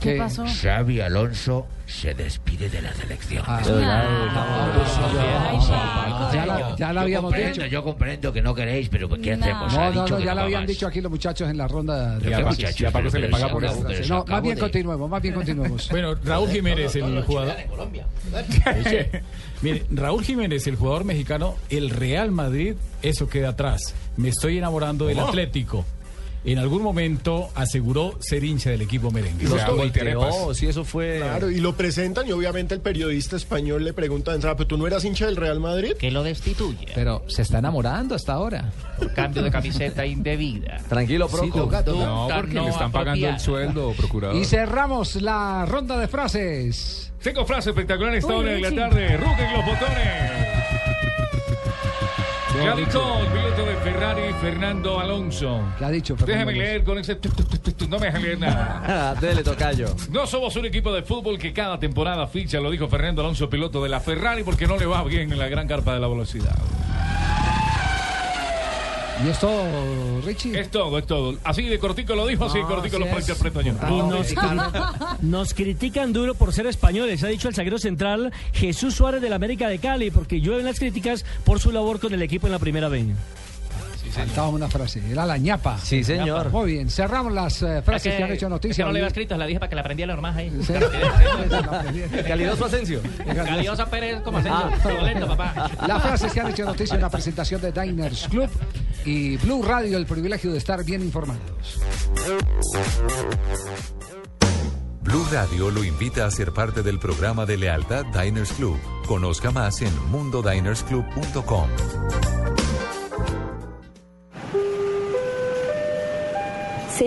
¿Qué ¿Qué? pasó?
Xavi Alonso se despide de la selección.
Ah, no, ya la- ya la
yo
habíamos
comprendo,
dicho.
yo comprendo que no queréis, pero pues, ¿qué hacemos? Ha
No, no,
dicho
no,
que
ya lo
va
habían
más.
dicho aquí los muchachos en la ronda.
Pero qué muchachos, pero- pero si acabo- pero si
No, más
acabo
bien
de-
continuemos, más bien continuemos.
Bueno, Raúl Jiménez, el jugador. Mire, Raúl Jiménez, el jugador mexicano, el Real Madrid, eso queda atrás. Me estoy enamorando del
¿Cómo?
Atlético. En algún momento aseguró ser hincha del equipo merengue.
Los
oh,
volteó,
sí, eso fue.
Claro, y lo presentan y obviamente el periodista español le pregunta de entrada, ¿pero tú no eras hincha del Real Madrid?
Que lo destituye.
Pero se está enamorando hasta ahora.
Cambio de camiseta indebida.
Tranquilo,
Proco.
No, porque le están pagando el sueldo, procurador.
Y cerramos la ronda de frases.
Cinco frases espectaculares esta
Uy,
hora de la
Richie.
tarde. Ruquen los botones. Ya dicho, el piloto de Ferrari, Fernando Alonso.
¿Qué ha dicho?
Déjame leer con ese... tu, tu, tu, tu, tu, No me dejan leer nada.
Dele, tocayo.
No somos un equipo de fútbol que cada temporada ficha, lo dijo Fernando Alonso, piloto de la Ferrari, porque no le va bien en la gran carpa de la velocidad.
Y esto, Richie.
Es todo, es todo. Así de cortico lo dijo, así de cortico lo interpreto yo.
Nos, nos critican duro por ser españoles, ha dicho el zaguero central Jesús Suárez del América de Cali, porque llueven las críticas por su labor con el equipo en la primera B.
Faltaba una frase. Era la ñapa. Sí,
señor.
Muy bien, cerramos las eh,
Es
frases
que-
que han hecho
es
noticia.
que no le iba a
escritas, la dije para que la aprendiera más ahí.
Calidoso Asensio.
Calidosa Pérez como Asensio.
Ah.
este
Violento, papá.
Las frases que han hecho noticia en la presentación de Diners Club y Blue Radio, el privilegio de estar bien informados.
Blue Radio lo invita a ser parte del programa de lealtad Diners Club. Conozca más en mundodinersclub.com.
Se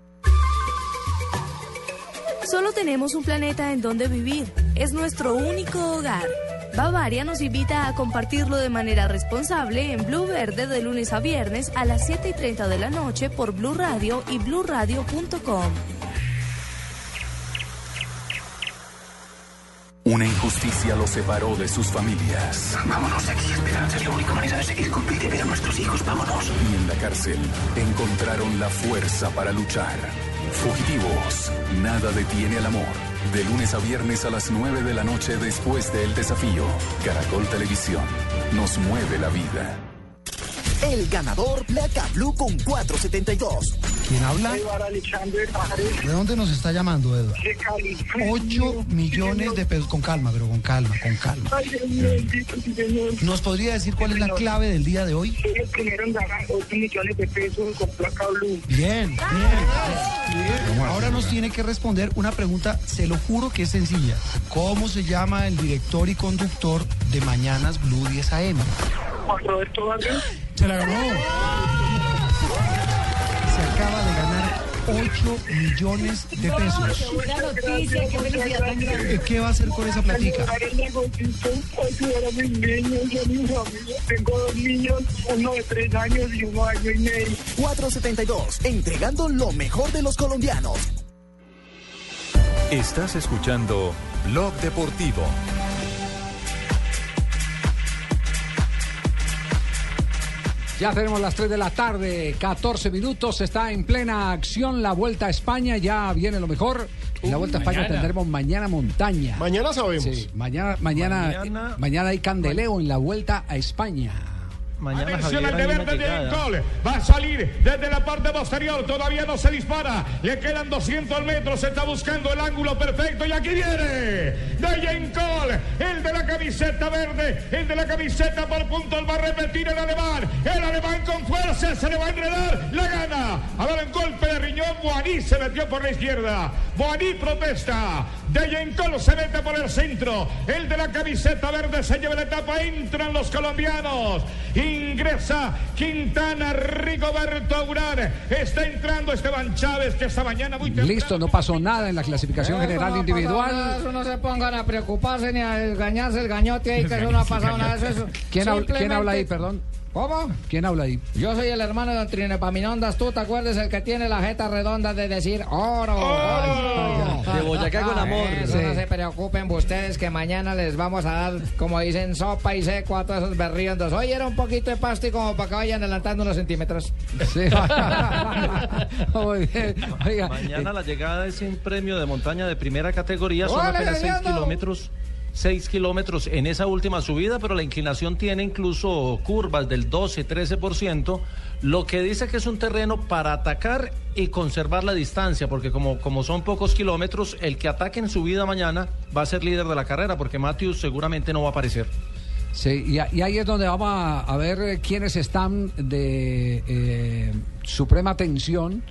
Solo tenemos un planeta en donde vivir. Es nuestro único hogar. Bavaria nos invita a compartirlo de manera responsable en Blue Verde de lunes a viernes a las 7 y 30 de la noche por Blue Radio y bluradio.com.
Una injusticia los separó de sus familias.
Vámonos de aquí, Esperanza. Es la única manera de seguir con vida y ver a nuestros hijos. Vámonos.
Y en la cárcel encontraron la fuerza para luchar. Fugitivos, nada detiene al amor. De lunes a viernes a las 9 de la noche después del desafío. Caracol Televisión, nos mueve la vida.
El ganador Placa Blue con 472.
¿Quién habla? ¿De dónde nos está llamando, Edward? 8 millones de pesos. Con calma, pero con calma, con calma. ¿Nos podría decir cuál es la clave del día de hoy?
Soy el primero en ganar 8 millones de pesos con placa blue.
Bien, bien. Ahora nos tiene que responder una pregunta, se lo juro que es sencilla. ¿Cómo se llama el director y conductor de Mañanas Blue 10 AM?
Juan Roberto Vargas.
Se la ganó. Se acaba de ganar 8 millones de pesos. Eh,
noticia, qué felicidad tan grande.
¿Qué va a hacer con esa platica?
Ayudar el negocito, ayudar a mis niños y a mi familia. Tengo dos niños, uno de tres años y uno de año y medio.
472, entregando lo mejor de los colombianos.
Estás escuchando Blog Deportivo.
Ya tenemos las 3 de la tarde, 14 minutos, está en plena acción la Vuelta a España, ya viene lo mejor. En la
Uh,
Vuelta a España
mañana.
tendremos mañana montaña.
Mañana sabemos.
Sí, mañana, mañana, eh, mañana,
Mañana-
hay candeleo en la Vuelta a España.
Atención al deber de Gol. Va a salir desde la parte posterior. Todavía no se dispara. Le quedan 200 metros. Está buscando el ángulo perfecto. Y aquí viene. De Cole. El de la camiseta verde. El de la camiseta por puntos. Va a repetir el alemán. El alemán con fuerza. Se le va a enredar. La gana. A ver, un golpe de riñón. Boaní se metió por la izquierda. Boaní protesta. De Cole se mete por el centro. El de la camiseta verde se lleva la etapa. Entran los colombianos. Ingresa Quintana, Rigoberto Aurar. Está entrando Esteban Chávez, que esta mañana muy temprano.
Listo, no pasó nada en la clasificación
Eso
general
no pasó
individual.
nada.
Eso no se pongan a preocuparse ni a engañarse el gañote ahí, que eso no ha pasado nada. Eso, es-
¿Quién, habla- ¿Quién
simplemente-
habla ahí, perdón?
¿Cómo?
¿Quién habla ahí?
Yo soy el hermano de Don Trinepaminondas, tú te acuerdas el que tiene la jeta redonda de decir oro.
De Boyacá con amor.
Eso no se preocupen ustedes que mañana les vamos a dar, como dicen, sopa y seco a todos esos berriondos. Hoy era un poquito de pasto y como para que vayan adelantando unos centímetros.
Muy bien. Oiga,
Mañana la llegada es un premio de montaña de primera categoría, son
¡Ole,
apenas 6
Leandro!
kilómetros. 6 kilómetros en esa última subida, pero la inclinación tiene incluso curvas del 12-13%, lo que dice que es un terreno para atacar y conservar la distancia, porque como, como son pocos kilómetros, el que ataque en subida mañana va a ser líder de la carrera, porque Matthews seguramente no va a aparecer.
Sí, y, a- y ahí es donde vamos a, a ver eh, quiénes están de eh, suprema tensión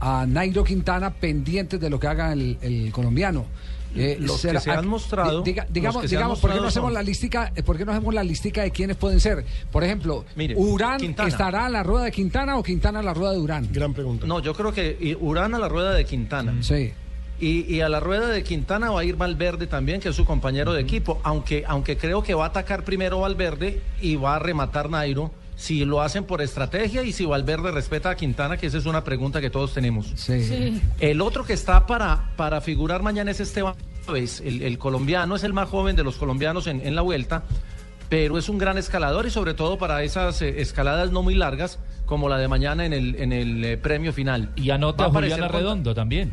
a Nairo Quintana pendientes de lo que haga el, el colombiano.
Los que se han
ah,
mostrado,
diga-
los
digamos,
que se han
digamos, ¿por qué
mostrado
no hacemos
son-
la listica? eh, ¿Por qué no hacemos la listica de quiénes pueden ser? Por ejemplo,
Mire,
Urán
Quintana.
estará en la rueda de Quintana o Quintana en la rueda de Urán.
Gran pregunta. No, yo creo que y Urán a la rueda de Quintana.
Sí.
Y, y a la rueda de Quintana va a ir Valverde también, que es su compañero de equipo, aunque, aunque creo que va a atacar primero Valverde y va a rematar Nairo, si lo hacen por estrategia y si Valverde respeta a Quintana, que esa es una pregunta que todos tenemos.
Sí.
El otro que está para, para figurar mañana es Esteban Chávez, el, el colombiano, es el más joven de los colombianos en, en la vuelta, pero es un gran escalador y sobre todo para esas eh, escaladas no muy largas como la de mañana en el, en el eh, premio final. Y
Nota a Julián Arredondo también.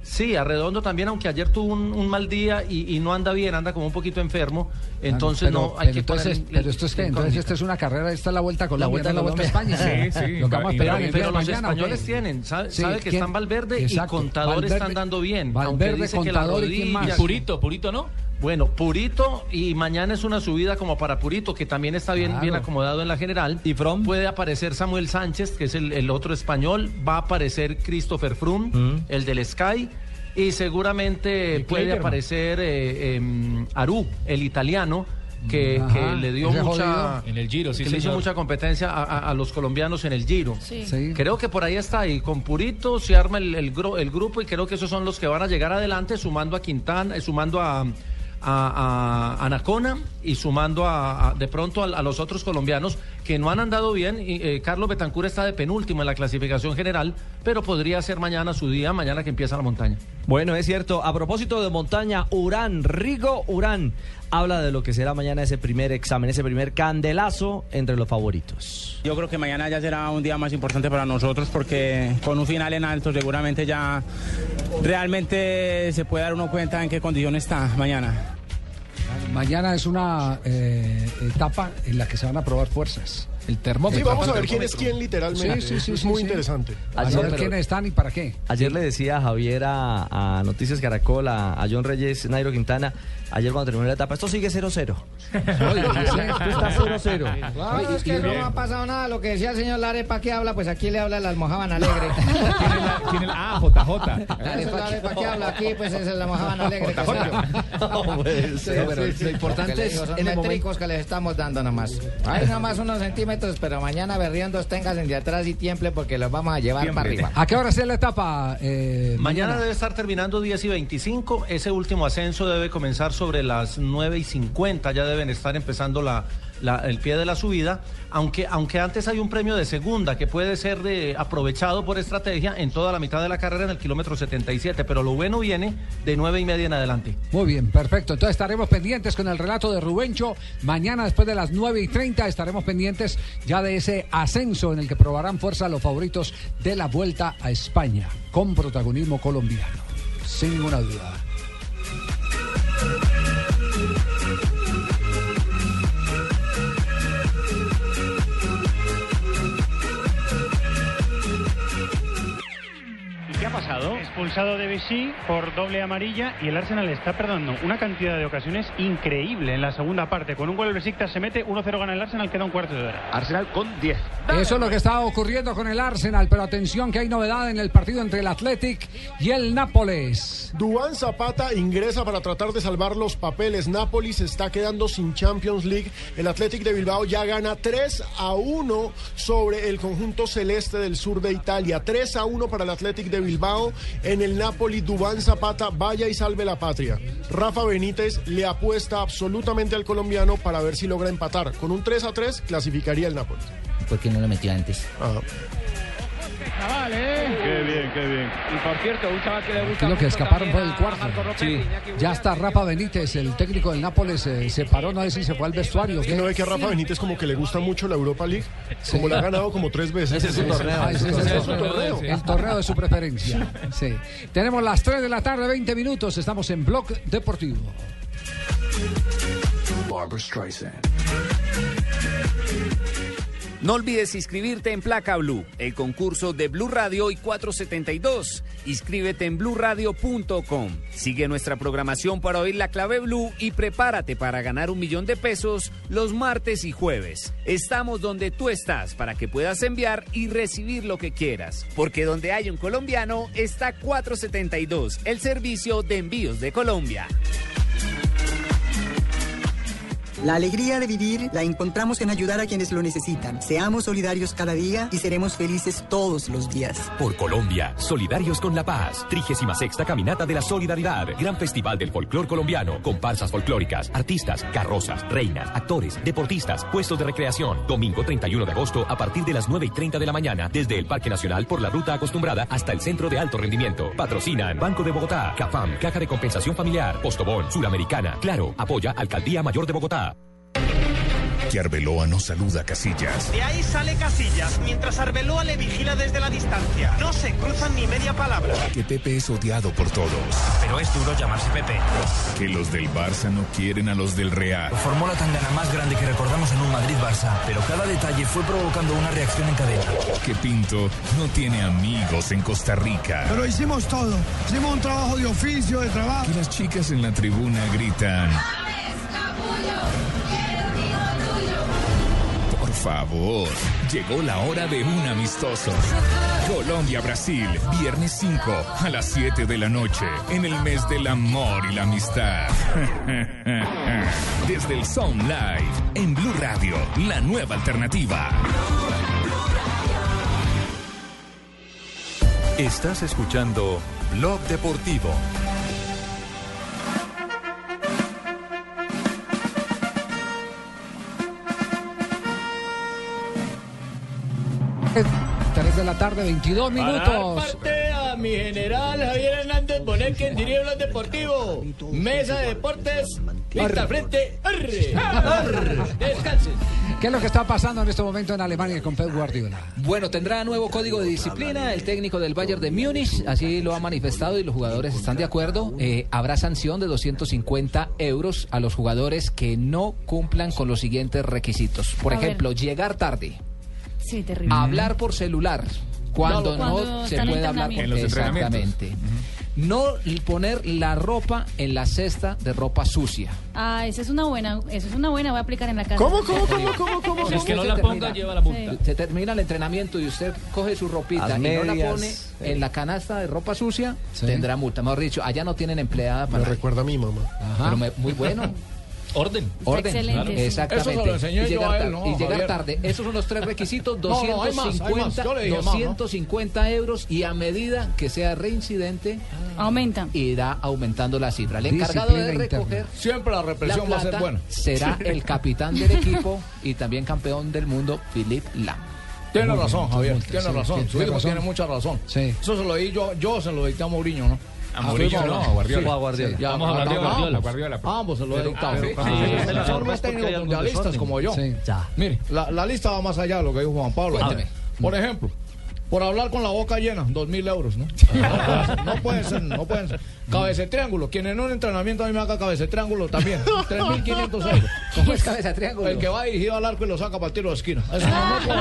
Sí, Arredondo también, aunque ayer tuvo un, un mal día y, y no anda bien, anda como un poquito enfermo, entonces
Claro, pero-
no hay
pero
que
entonces,
poner-
pero esto es que entonces esta es una carrera, esta es la vuelta a Colombia,
Vuelta a
no es la vuelta a
Colombia.
España.
Sí, sí.
Lo que vamos a
Pero-
esperar el día
pero
de
los
mañana, ¿o qué?
españoles tienen, sabe,
Sí,
sabe que
¿quién?
están Valverde
Exacto.
y Contador están
Valverde-
dando bien.
Valverde,
aunque dice que la
Contador, ¿y quién
rodilla-
más?
Purito, Purito no.
Bueno, Purito y mañana es una subida como para Purito, que también está bien, bien acomodado en la general. Y From puede aparecer Samuel Sánchez, que es el, el otro español, va a aparecer Christopher Froome,
Mm.
el del Sky, y seguramente puede
Kligerman.
aparecer eh, em, Aru, el italiano. Que,
Mm,
Ajá.
que le dio
Ese
mucha
jodido. En el Giro, sí,
que le hizo
señor.
mucha competencia a, a- a los colombianos en el Giro.
Sí. Sí.
Creo que por ahí está, y con Purito se arma el, el gro- el grupo y creo que esos son los que van a llegar adelante, sumando a Quintana, eh, sumando a, a, a Anacona y sumando a, a- de pronto al- a, los otros colombianos que no han andado bien. Y, eh, Carlos Betancur está de penúltimo en la clasificación general, pero podría ser mañana su día, mañana que empieza la montaña.
Bueno, es cierto. A propósito de montaña, Urán, Rigo Urán, habla de lo que será mañana ese primer examen, ese primer candelazo entre los favoritos.
Yo creo que mañana ya será un día más importante para nosotros porque con un final en alto seguramente ya realmente se puede dar uno cuenta en qué condición está mañana.
Mañana es una eh, etapa en la que se van a probar fuerzas. el
Sí,
termómetro.
vamos a ver quién es quién literalmente.
Sí, sí, sí,
es
sí,
muy
sí.
interesante.
A
Ayer,
ver
pero-
quiénes están y para qué.
Ayer le decía Javier a, a Noticias Caracol, a, a John Reyes, Nairo Quintana, ayer cuando terminó la etapa, esto sigue 0-0.
Claro, es que no ha pasado nada. Lo que decía el señor Larepa que habla, pues aquí le habla la almojaban alegre.
¿Quién es? Ah, JJ.
Eso es Larepa que habla aquí, pues es la almojaban alegre. que soy yo.
No, pero lo
Lo que
importante
les
es
digo, son
en el
métricos
momento.
que les estamos dando nomás. Hay nomás unos centímetros, pero mañana berriendos tengas de atrás y tiemple porque los vamos a llevar para arriba.
¿A qué hora es la etapa? eh,
Mañana debe estar terminando 10 y 25. Ese último ascenso debe comenzar sobre las 9 y 50. Ya deben estar empezando la, la- el pie de la subida. Aunque, aunque antes hay un premio de segunda que puede ser de- aprovechado por estrategia en toda la mitad de la carrera en el kilómetro 77. Pero lo bueno viene de 9 y media en adelante.
Muy bien, perfecto. Entonces estaremos pendientes con el relato de Rubencho. Mañana, después de las 9 y 30, estaremos pendientes ya de ese ascenso en el que probarán fuerza los favoritos de la vuelta a España, con protagonismo colombiano. Sin ninguna duda.
¿Y qué ha pasado? Expulsado de Vichy por doble amarilla y el Arsenal está perdiendo una cantidad de ocasiones increíble en la segunda parte. Con un gol el Besiktas se mete, 1-0 gana el Arsenal, queda un cuarto de hora. Arsenal con 10.
Eso es lo que está ocurriendo con el Arsenal, pero atención que hay novedad en el partido entre el Athletic y el Nápoles.
Duván Zapata ingresa para tratar de salvar los papeles. Nápoles se está quedando sin Champions League. El Athletic de Bilbao ya gana 3 a 1 sobre el conjunto celeste del sur de Italia. 3 a 1 para el Athletic de Bilbao. En el Napoli, Duván Zapata vaya y salve la patria. Rafa Benítez le apuesta absolutamente al colombiano para ver si logra empatar. Con un 3 a 3 clasificaría el Napoli.
¿Por qué no lo metió antes?
Qué bien, qué bien. Y por cierto, un chaval que le
Aquí
gusta.
lo que
mucho
escaparon fue
también
el
a-
cuarto.
a Marco Roque, Iñaki
Ya está Rafa Benítez, el técnico del Nápoles, eh, se paró, no sé si se fue al vestuario.
¿Y no ve Pues que a Rafa Benítez como que le gusta mucho la Europa League? Como la ha ganado como tres veces.
Ese es su torneo. Ah, ese es
Ese
el
es su torneo.
El torneo de su preferencia. Sí. Tenemos las 3 de la tarde, 20 minutos. Estamos en Blog Deportivo.
Barbara Streisand. No olvides inscribirte en Placa Blue, el concurso de Blue Radio hoy 472. Inscríbete en bluradio.com. Sigue nuestra programación para oír la clave Blue y prepárate para ganar un millón de pesos los martes y jueves. Estamos donde tú estás para que puedas enviar y recibir lo que quieras, porque donde hay un colombiano está 472, el servicio de envíos de Colombia.
La alegría de vivir la encontramos en ayudar a quienes lo necesitan. Seamos solidarios cada día y seremos felices todos los días.
Por Colombia, solidarios con la paz. 36 Caminata de la Solidaridad. Gran Festival del Folclor Colombiano. Comparsas folclóricas, artistas, carrozas, reinas, actores, deportistas, puestos de recreación. Domingo 31 de agosto a partir de las 9 y 30 de la mañana. Desde el Parque Nacional por la ruta acostumbrada hasta el Centro de Alto Rendimiento. Patrocinan Banco de Bogotá, CAFAM, Caja de Compensación Familiar, Postobón, Suramericana. Claro, apoya Alcaldía Mayor de Bogotá.
Que Arbeloa no saluda a Casillas.
De ahí sale Casillas, mientras Arbeloa le vigila desde la distancia. No se cruzan ni media palabra.
Que Pepe es odiado por todos.
Pero es duro llamarse Pepe.
Que los del Barça no quieren a los del Real.
Formó la tangana más grande que recordamos en un Madrid-Barça, pero cada detalle fue provocando una reacción en cadena.
Que Pinto no tiene amigos en Costa Rica.
Pero hicimos todo. Hicimos un trabajo de oficio, de trabajo.
Que las chicas en la tribuna gritan. Por favor, llegó la hora de un amistoso. Colombia-Brasil, viernes 5 a las 7 de la noche, en el mes del amor y la amistad. Desde el Sound Live, en Blue Radio, la nueva alternativa.
Estás escuchando Blog Deportivo.
Eh, 3 de la tarde, 22
Parar
minutos.
Tea.
a mi general Javier Hernández Bonet, quien dirige los deportivo. Mesa de deportes, vista al frente, arre, arre. Descansen.
¿Qué es lo que está pasando en este momento en Alemania con Pep Guardiola?
Bueno, tendrá nuevo código de disciplina el técnico del Bayern de Múnich, así lo ha manifestado y los jugadores están de acuerdo. Eh, habrá sanción de 250 euros a los jugadores que no cumplan con los siguientes requisitos. Por
A ver.
ejemplo, llegar tarde,
Sí, terrible.
hablar por celular cuando
Claro,
no
cuando
se
están en
puede hablar
entrenamiento. En los entrenamientos.
exactamente. No poner la ropa en la cesta de ropa sucia.
Ah, esa es una buena, eso es una buena, voy a aplicar en la casa.
¿Cómo, cómo, cómo, cómo, cómo,
Es
cómo?
que no
Se
la ponga,
termina-
lleva la multa.
Se termina el entrenamiento y usted coge su ropita Las y no la medias, pone sí. en la canasta de ropa sucia, tendrá multa. Mejor dicho, allá no tienen empleada para.
Me recuerda a mi mamá.
Pero me- muy bueno.
Orden.
Orden.
excelente,
claro.
sí.
Exactamente.
Eso se lo enseñé
y
yo
llegar,
a él,
tar-
¿no,
y llegar
Javier?
tarde. Esos son los tres requisitos.
No, no, hay más, hay más.
250,
Yo le dije más, ¿no?
250 euros y a medida que sea reincidente,
Ah.
aumenta.
irá aumentando la cifra. El encargado de recoger
Siempre la represión
la
va a ser
plata
buena.
Será el capitán del equipo y también campeón del mundo, Philip Lam.
Tiene razón, Javier. tiene
sí,
razón.
tiene
Su hijo
razón.
tiene mucha razón. Eso se lo di yo, yo se lo dicté a Mourinho, ¿no?
A Mourinho
su hijo,
no, a Guardiola.
Sí,
O a Guardiola.
sí, ya,
Vamos a Guardiola. A Guardiola.
Ambos se lo he
Pero-
dictado.
ah,
Sí,
sí, sí,
sí, sí,
sí,
Son
porque
más
hay
técnicos
algún
mundialistas
desorden.
como yo.
Sí.
Mire, la, la lista va más allá de lo que dijo Juan Pablo.
Cuénteme.
Por ejemplo, por hablar con la boca llena, dos mil euros, ¿no? No pueden ser, no pueden ser. Cabece triángulo. Quien en un entrenamiento a mí me haga cabece triángulo también. 3.500 euros.
¿Cómo es cabeza triángulo?
El que va dirigido al arco y lo saca para el tiro de esquina. Eso no, no puede-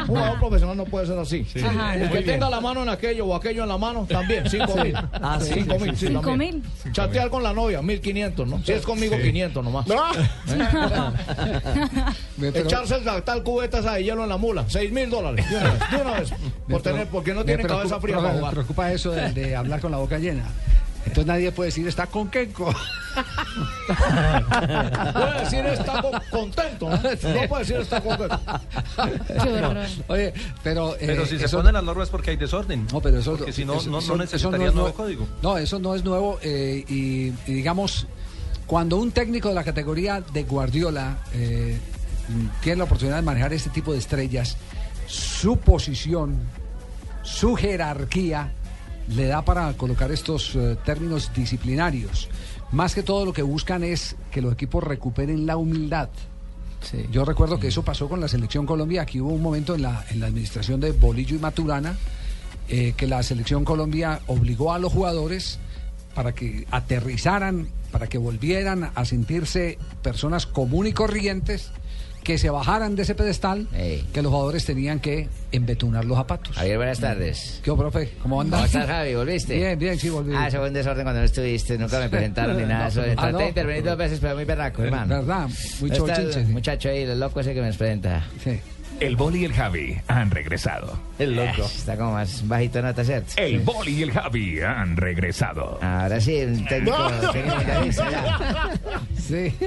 un jugador profesional no puede ser así.
Ajá.
El
Muy
que
bien.
tenga la mano en aquello o aquello en la mano, también, 5 mil.
Ah, sí,
Cinco
sí,
mil,
sí,
sí,
sí.
también.
Cinco
Chatear con la novia, 1.500, ¿no? Si es conmigo,
Sí.
500 nomás.
Me- pero-
Echarse el tal cubeta esa de hielo en la mula, 6 mil dólares. De una vez, de una vez. Por tener, porque no
Me
tiene
preocupa-
cabeza fría
profe,
para
Me
jugar.
preocupa eso de, de hablar con la boca llena. Entonces nadie puede decir está con Kenko.
Puede decir está co- contento, ¿no? No puede decir está contento.
Oye, pero. eh,
Pero si se
eso-
ponen las normas porque hay desorden.
No, pero eso.
Porque si no,
eso-
no,
eso-
no
eso
necesitaría
es
nuevo
nue-
código.
No, eso no es nuevo. eh, y, y digamos, cuando un técnico de la categoría de Guardiola eh, mm, tiene la oportunidad de manejar este tipo de estrellas, su posición, su jerarquía, le da para colocar estos eh, términos disciplinarios. Más que todo lo que buscan es que los equipos recuperen la humildad. Yo recuerdo que eso pasó con la selección Colombia. Aquí hubo un momento en la, en la administración de Bolillo y Maturana eh, que la selección Colombia obligó a los jugadores para que aterrizaran, para que volvieran a sentirse personas común y corrientes, que se bajaran de ese pedestal, que los jugadores tenían que embetunar los zapatos.
Javier, buenas tardes.
¿Qué, hubo, profe? ¿Cómo andas?
¿Cómo estás, Javi? ¿Volviste?
Bien, bien, sí, volví.
Ah, eso fue un desorden cuando no estuviste, nunca me presentaron ni nada.
No,
Eso,
ah,
traté
no.
de intervenir dos veces, pero muy berraco, hermano.
¿Verdad? Muy
Está el
chochinche, sí.
Muchacho ahí, el loco ese que me presenta.
El Boli y el Javi han regresado.
El loco. Ah, está como más bajito en nota, ¿cierto?
El Boli y el Javi han regresado.
Ahora sí, el técnico.
No.
técnico ya dice, ya.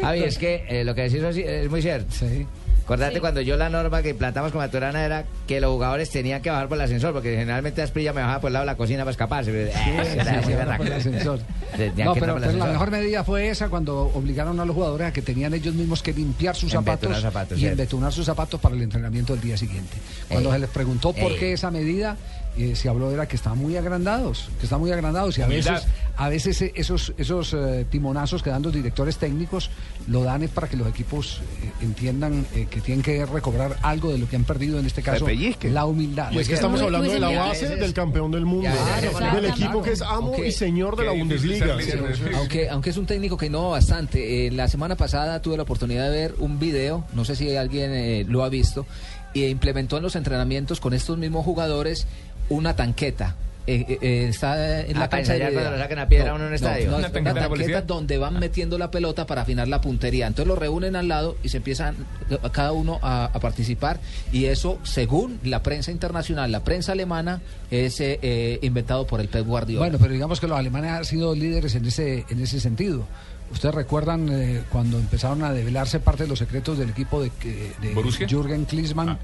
Javi, es que eh, lo que decís es, es muy cierto.
Sí.
Acordate cuando yo la norma que implantamos con Maturana era que los jugadores tenían que bajar por el ascensor, porque generalmente Asprilla me bajaba por el lado de la cocina para escaparse. pero, eh,
sí,
era
sí,
muy
sí,
berraco.
por el ascensor.
Tenían
No,
que
pero,
entrar por el
pero la
ascensor.
mejor medida fue esa cuando obligaron a los jugadores a que tenían ellos mismos que limpiar sus
Embetunar
zapatos,
zapatos,
y
cierto.
embetunar sus zapatos para el entrenamiento del día siguiente. Cuando
Ey.
se les preguntó por
Ey.
qué esa medida, eh, se habló era que estaban muy agrandados, que están muy agrandados y a
Humildad.
veces, a veces eh, esos, esos eh, timonazos que dan los directores técnicos lo dan es para que los equipos eh, entiendan eh, que tienen que recobrar algo de lo que han perdido en este caso,
pellizquen.
la humildad.
Y es que estamos hablando de la base del campeón del mundo, del equipo que es amo y señor de la Bundesliga.
Aunque, aunque es un técnico que innova bastante. eh, la semana pasada tuve la oportunidad de ver un video, no sé si alguien eh, lo ha visto, y implementó en los entrenamientos con estos mismos jugadores una tanqueta. Eh, eh, eh, está en la
Ah, para
cancha
ensayar
de
cuando le sacan la piedra a uno en un estadio.
no,
Una
es
tanqueta
una
de la
tanqueta
policía.
donde van metiendo la pelota para afinar la puntería entonces lo reúnen al lado y se empiezan eh, cada uno a, a participar y eso según la prensa internacional la prensa alemana es eh, eh, inventado por el Pep Guardiola
Bueno, pero digamos que los alemanes han sido líderes en ese, en ese sentido. Ustedes recuerdan eh, cuando empezaron a develarse parte de los secretos del equipo de, que- de
¿Borussia?
Jürgen Klinsmann.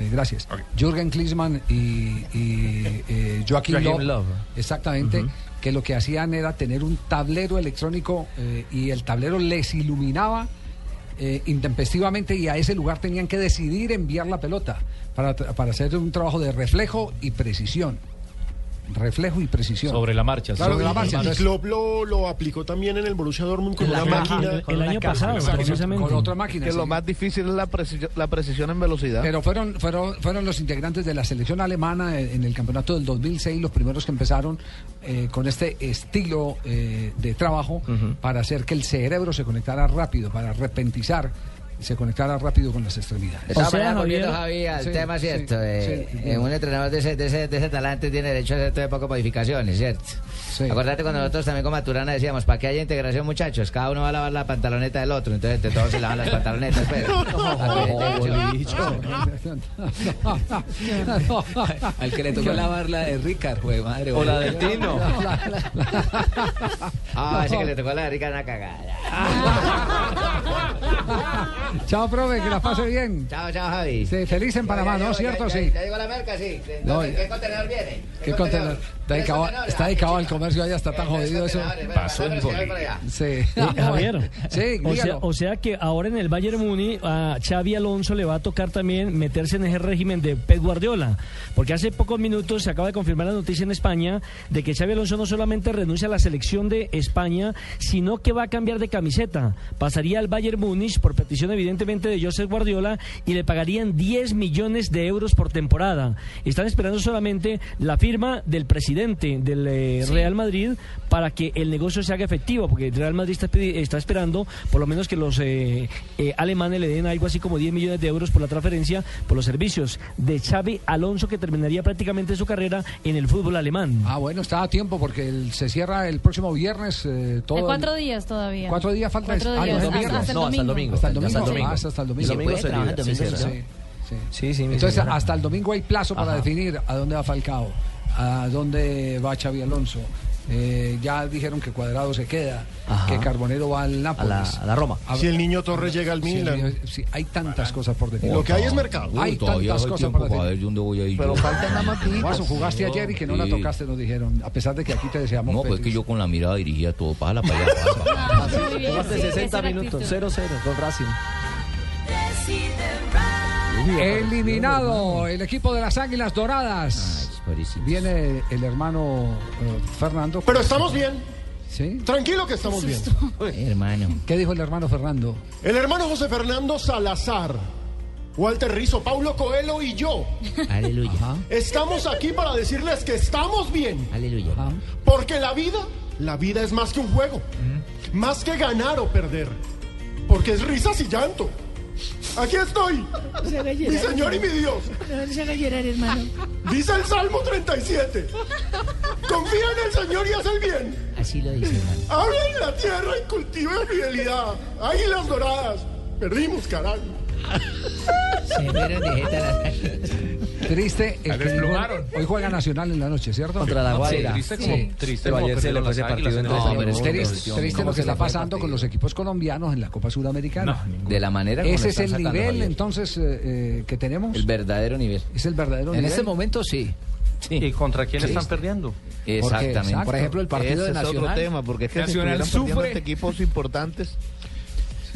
Eh, gracias. Jürgen Klinsmann y, y, eh, Joachim,
Joachim
Löw,
Löw.
Exactamente. Que lo que hacían era tener un tablero electrónico eh, y el tablero les iluminaba eh, intempestivamente y a ese lugar tenían que decidir enviar la pelota para, tra- para hacer un trabajo de reflejo y precisión. reflejo y precisión.
Sobre la marcha,
Claro,
sobre
y-
la
y-
marcha.
y
entonces-
Klopp lo, lo aplicó también en el Borussia Dortmund con
La
una
caja,
máquina.
el- el año pasado, precisamente. Con otra máquina,
Que
sí.
lo más difícil es la, precisión, la precisión en velocidad.
Pero fueron, fueron, fueron los integrantes de la selección alemana en en el campeonato del 2006 los primeros que empezaron eh, con este estilo eh, de trabajo para hacer que el cerebro se conectara rápido, para repentizar, se conectara rápido con las extremidades.
Estaba volviendo Javi al
Sí,
tema,
sí,
¿cierto? Eh,
sí.
eh, un entrenador de ese, de, ese, de ese talante tiene derecho a hacer todo de poco modificaciones, ¿cierto? Acordate cuando nosotros también con Maturana decíamos, para que haya integración, muchachos, cada uno va a lavar la pantaloneta del otro, entonces entre todos se lavan las pantalonetas, pues.
Al que le tocó lavarla es Ricard, güey, madre.
O la
güey.
del Tino.
La- la- la-
Ah, ese que le tocó a la rica una cagada.
Chao, profe, que la pase bien.
Chao, chao, Javi.
Sí, feliz en Panamá, ¿no? ¿Cierto? sí.
Te digo la marca, sí.
No,
eh.
Entonces, ¿Qué contenedor viene?
Qué contenedor. Está dedicado, está dedicado al comercio allá, está tan jodido eso.
Pasó el boli.
Sí.
Eh, Javier,
Sí,
o, sea,
dígalo.
o sea que ahora en el Bayern Muni a Xavi Alonso le va a tocar también meterse en ese régimen de Pep Guardiola, porque hace pocos minutos se acaba de confirmar la noticia en España de que Xavi Alonso no solamente renuncia a la selección de España, sino que va a cambiar de camiseta, pasaría al Bayern Múnich por petición evidentemente de Josep Guardiola y le pagarían 10 millones de euros por temporada. Están esperando solamente la firma del presidente del eh, Real Madrid para que el negocio se haga efectivo, porque el Real Madrid está, pedi- está esperando por lo menos que los eh, eh, alemanes le den algo así como 10 millones de euros por la transferencia, por los servicios de Xavi Alonso, que terminaría prácticamente su carrera en el fútbol alemán.
Ah, bueno, está a tiempo porque el- se cierra el próximo viernes eh, todo.
Hay
el-
cuatro días todavía.
¿Cuatro días falta?
Cuatro
Ah,
días.
¿no es
hasta-
viernes?
hasta el domingo.
Hasta el domingo.
Hasta el domingo.
Ah, es hasta el
Y
domingo.
se puede Sí, trabajar, domingo sí, se cierra.
Sí, sí.
Sí, sí, mi
Entonces,
señora.
hasta el domingo hay plazo para
Ajá.
definir a dónde va Falcao, a dónde va Xavi Alonso. Eh, ya dijeron que Cuadrado se queda,
Ajá.
que Carbonero va al Nápoles.
a la Roma. Si el niño Torres llega al
Sí, el
Milan.
niño- sí, hay tantas cosas por definir.
Lo que hay es mercado.
Hay tantas cosas por definir.
dónde voy a ir
Pero
yo.
faltan nada más Guaso, jugaste ayer y que no la
Sí.
tocaste, nos dijeron. A pesar de que aquí te deseamos.
No, pues es
feliz.
que yo con la mirada dirigía todo para allá, para allá.
Jugaste 60 minutos, 0-0 con Racing.
Eliminado el equipo de las Águilas
Ah,
Doradas. Viene el hermano eh, Fernando.
Pero estamos bien.
¿Sí?
Tranquilo que estamos bien.
Eh,
Hermano. ¿Qué dijo el hermano Fernando?
El hermano José Fernando Salazar, Walter Rizo, Paulo Coelho y yo
Aleluya.
estamos aquí para decirles que estamos bien.
Aleluya.
Porque la vida, la vida es más que un juego. Más que ganar o perder. Porque es risas y llanto. Aquí estoy. Mi Señor y mi Dios.
se haga llorar, hermano.
Dice el Salmo 37. Confía en el Señor y haz el bien.
Así lo dice, hermano.
Habla en la tierra y cultiva fidelidad. Águilas doradas. Perdimos, carajo.
Se vieron de jeta las
Triste. el
La
que
desplumaron.
Hoy juega Nacional en la noche, ¿cierto?
Contra la Guaira. Sí. Pero ayer se le fue ese partido en
No,
tres
pero
segundos.
es triste, triste
¿Cómo
lo
se
que
le
está
fue el
pasando con los equipos colombianos en la Copa Sudamericana.
De la manera como
Ese
lo
es
están
el
sacando,
nivel
Javier.
entonces eh, eh, que tenemos.
El verdadero nivel.
Es el verdadero
En
nivel.
este
momento sí.
¿Y contra quién
Sí.
están perdiendo?
Exactamente.
Por ejemplo, el partido
Ese
de
es otro
Nacional.
tema, porque es
que
Nacional
si estuvieran
este
perdiendo
sufre.
ante equipos importantes.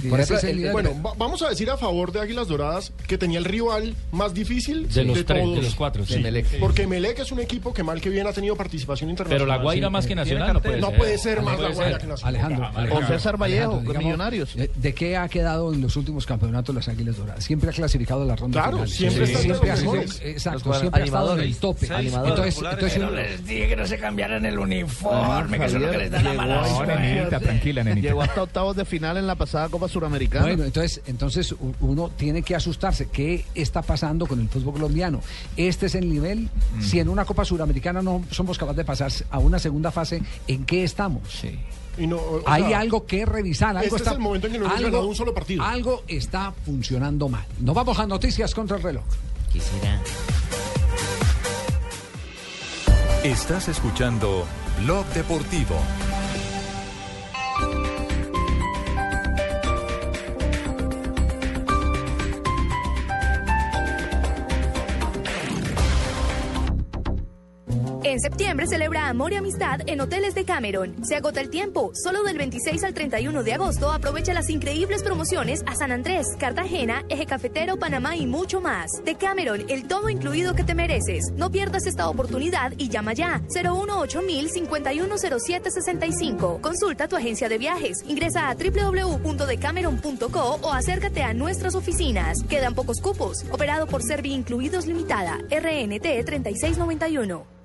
Por
Ese
eso
es
es
el-
el-
eh, bueno, va- vamos a decir a favor de Águilas Doradas que tenía el rival más difícil
De los tres,
todos.
de los cuatro,
Sí,
de Melec.
Porque Melec es un equipo que mal que bien ha tenido participación internacional.
Pero la Guaira más que
Tiene
Nacional no
cartel.
puede ser.
ser
No
más
puede
la Guaira
ser.
que Nacional.
Alejandro,
Ah,
Alejandro.
con César Vallejo,
Alejandro,
con Millonarios.
¿de, de qué ha quedado en los últimos campeonatos las Águilas Doradas? Siempre ha clasificado a la ronda
Claro,
final.
siempre está entre los
ha sido-
mejores. Los
Exacto,
jugadores-
siempre ha estado en el
animadores.
tope.
Seis animadores
Entonces,
populares.
entonces uno-
Pero
les dije que no se cambiaran el
uniforme, que eso es lo que les da la mala suerte. Llegó hasta octavos de final en la pasada Copa Suramericana.
Bueno, entonces, entonces u- uno tiene que asustarse. ¿Qué está pasando con el fútbol colombiano? Este es el nivel. Si en una Copa Suramericana no somos capaces de pasar a una segunda fase, ¿en qué estamos?
Y no, o- o
Hay
sea,
algo que revisar. Algo
este
está,
es el momento en que no hemos
algo-
ganado un solo partido.
Algo está funcionando mal. Nos vamos a noticias contra el reloj.
¿Qué será?
Estás escuchando Blog Deportivo.
En septiembre celebra amor y amistad en hoteles de Cameron. Se agota el tiempo. Solo del 26 al 31 de agosto aprovecha las increíbles promociones a San Andrés, Cartagena, Eje Cafetero, Panamá y mucho más. De Cameron, el todo incluido que te mereces. No pierdas esta oportunidad y llama ya 018 510765 Consulta tu agencia de viajes. Ingresa a www.decameron.co o acércate a nuestras oficinas. Quedan pocos cupos. Operado por Servi Incluidos Limitada. RNT 3691.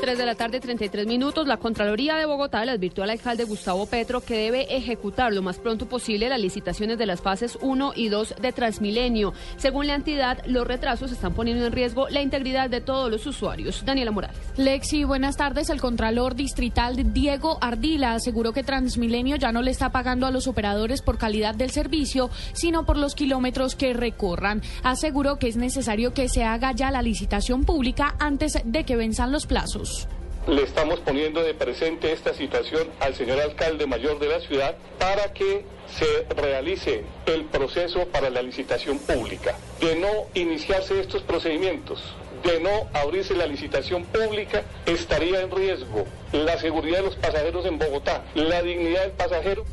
3 de la tarde, 33 minutos, la Contraloría de Bogotá le advirtió al alcalde Gustavo Petro que debe ejecutar lo más pronto posible las licitaciones de las fases 1 y 2 de Transmilenio. Según la entidad, los retrasos están poniendo en riesgo la integridad de todos los usuarios. Daniela Morales.
Lexi, buenas tardes. El Contralor Distrital Diego Ardila aseguró que Transmilenio ya no le está pagando a los operadores por calidad del servicio, sino por los kilómetros que recorran. Aseguró que es necesario que se haga ya la licitación pública antes de que venzan los plazos.
Le estamos poniendo de presente esta situación al señor alcalde mayor de la ciudad para que se realice el proceso para la licitación pública. De no iniciarse estos procedimientos, de no abrirse la licitación pública, estaría en riesgo la seguridad de los pasajeros en Bogotá, la dignidad del pasajero.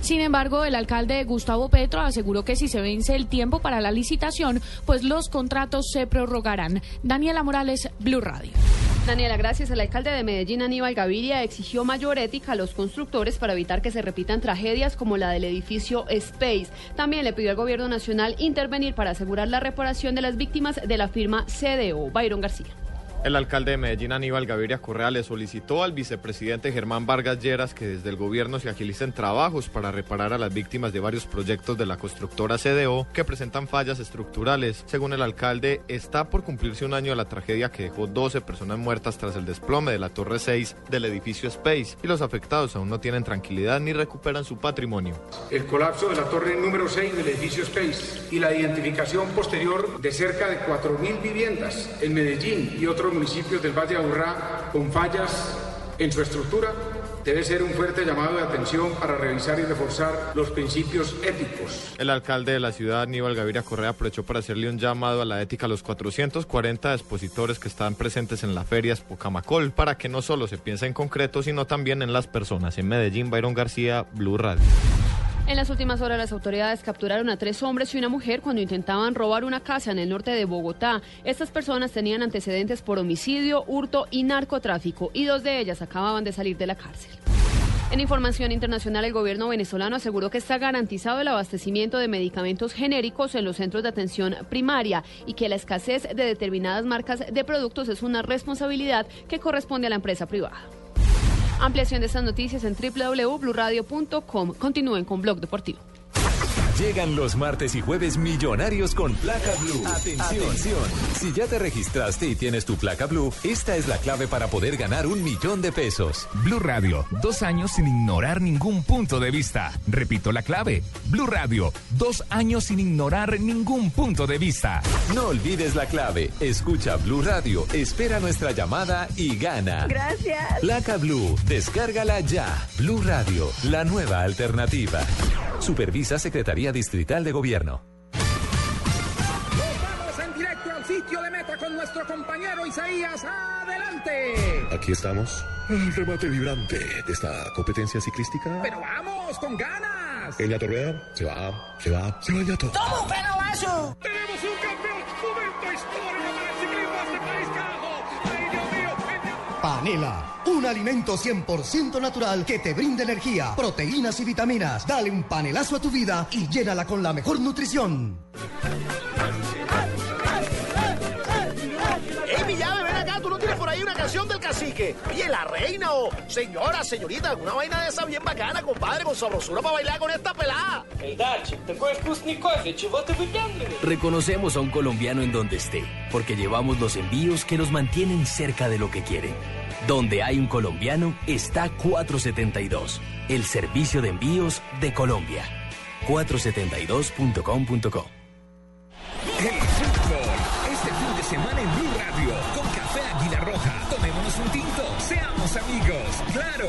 Sin embargo, el alcalde Gustavo Petro aseguró que si se vence el tiempo para la licitación, pues los contratos se prorrogarán. Daniela Morales, Blue Radio.
Daniela, gracias. El alcalde de Medellín, Aníbal Gaviria, exigió mayor ética a los constructores para evitar que se repitan tragedias como la del edificio Space. También le pidió al gobierno nacional intervenir para asegurar la reparación de las víctimas de la firma CDO. Byron García.
El alcalde de Medellín, Aníbal Gaviria Correa, le solicitó al vicepresidente Germán Vargas Lleras que desde el gobierno se agilicen trabajos para reparar a las víctimas de varios proyectos de la constructora CDO que presentan fallas estructurales. Según el alcalde, está por cumplirse un año de la tragedia que dejó 12 personas muertas tras el desplome de la Torre 6 del edificio Space y los afectados aún no tienen tranquilidad ni recuperan su patrimonio.
El colapso de la torre número 6 del edificio Space y la identificación posterior de cerca de 4.000 viviendas en Medellín y otros municipios del Valle de Aburrá con fallas en su estructura debe ser un fuerte llamado de atención para revisar y reforzar los principios éticos
El alcalde de la ciudad, Aníbal Gaviria Correa, aprovechó para hacerle un llamado a la ética a los 440 expositores que están presentes en la feria Espocamacol para que no solo se piense en concreto, sino también en las personas. En Medellín, Byron García, Blue Radio.
En las últimas horas, las autoridades capturaron a tres hombres y una mujer cuando intentaban robar una casa en el norte de Bogotá. Estas personas tenían antecedentes por homicidio, hurto y narcotráfico, y dos de ellas acababan de salir de la cárcel. En información internacional, el gobierno venezolano aseguró que está garantizado el abastecimiento de medicamentos genéricos en los centros de atención primaria y que la escasez de determinadas marcas de productos es una responsabilidad que corresponde a la empresa privada. Ampliación de estas noticias en www.bluradio.com. Continúen con Blog Deportivo.
Llegan los martes y jueves millonarios con placa blue. Atención. Si ya te registraste y tienes tu placa blue, esta es la clave para poder ganar un millón de pesos.
Blue Radio, dos años sin ignorar ningún punto de vista. Repito la clave. Blue Radio, dos años sin ignorar ningún punto de vista.
No olvides la clave. Escucha Blue Radio, espera nuestra llamada y gana.
Gracias.
Placa Blue, descárgala ya. Blue Radio, la nueva alternativa. Supervisa Secretaría Distrital de Gobierno.
Vamos en directo al sitio de meta con nuestro compañero Isaías. ¡Adelante!
Aquí estamos. El remate vibrante de esta competencia ciclística.
¡Pero vamos, con ganas!
En la torrea se va, se va, se va el gato.
¡Toma un pelobazo! ¡Tenemos un campeón! ¡Momento histórico para el ciclismo de este país, carajo! ¡Ay, Dios mío!
Panela, un alimento 100% natural que te brinda energía, proteínas y vitaminas. Dale un panelazo a tu vida y llénala con la mejor nutrición.
¡Ey, Villave, ven acá! ¿Tú no tienes por ahí una
canción del cacique. Oye, la reina o señora, señorita, alguna vaina de esa bien bacana, compadre, con sabrosura para bailar con esta pelada.
Reconocemos a un colombiano en donde esté, porque llevamos los envíos que nos mantienen cerca de lo que quieren. Donde hay un colombiano está 472, el servicio de envíos de Colombia. 472.com.co
El fútbol, este fin de semana en Blue Radio, con Café Águila Roja. Tomémonos un tinto, seamos amigos. Claro,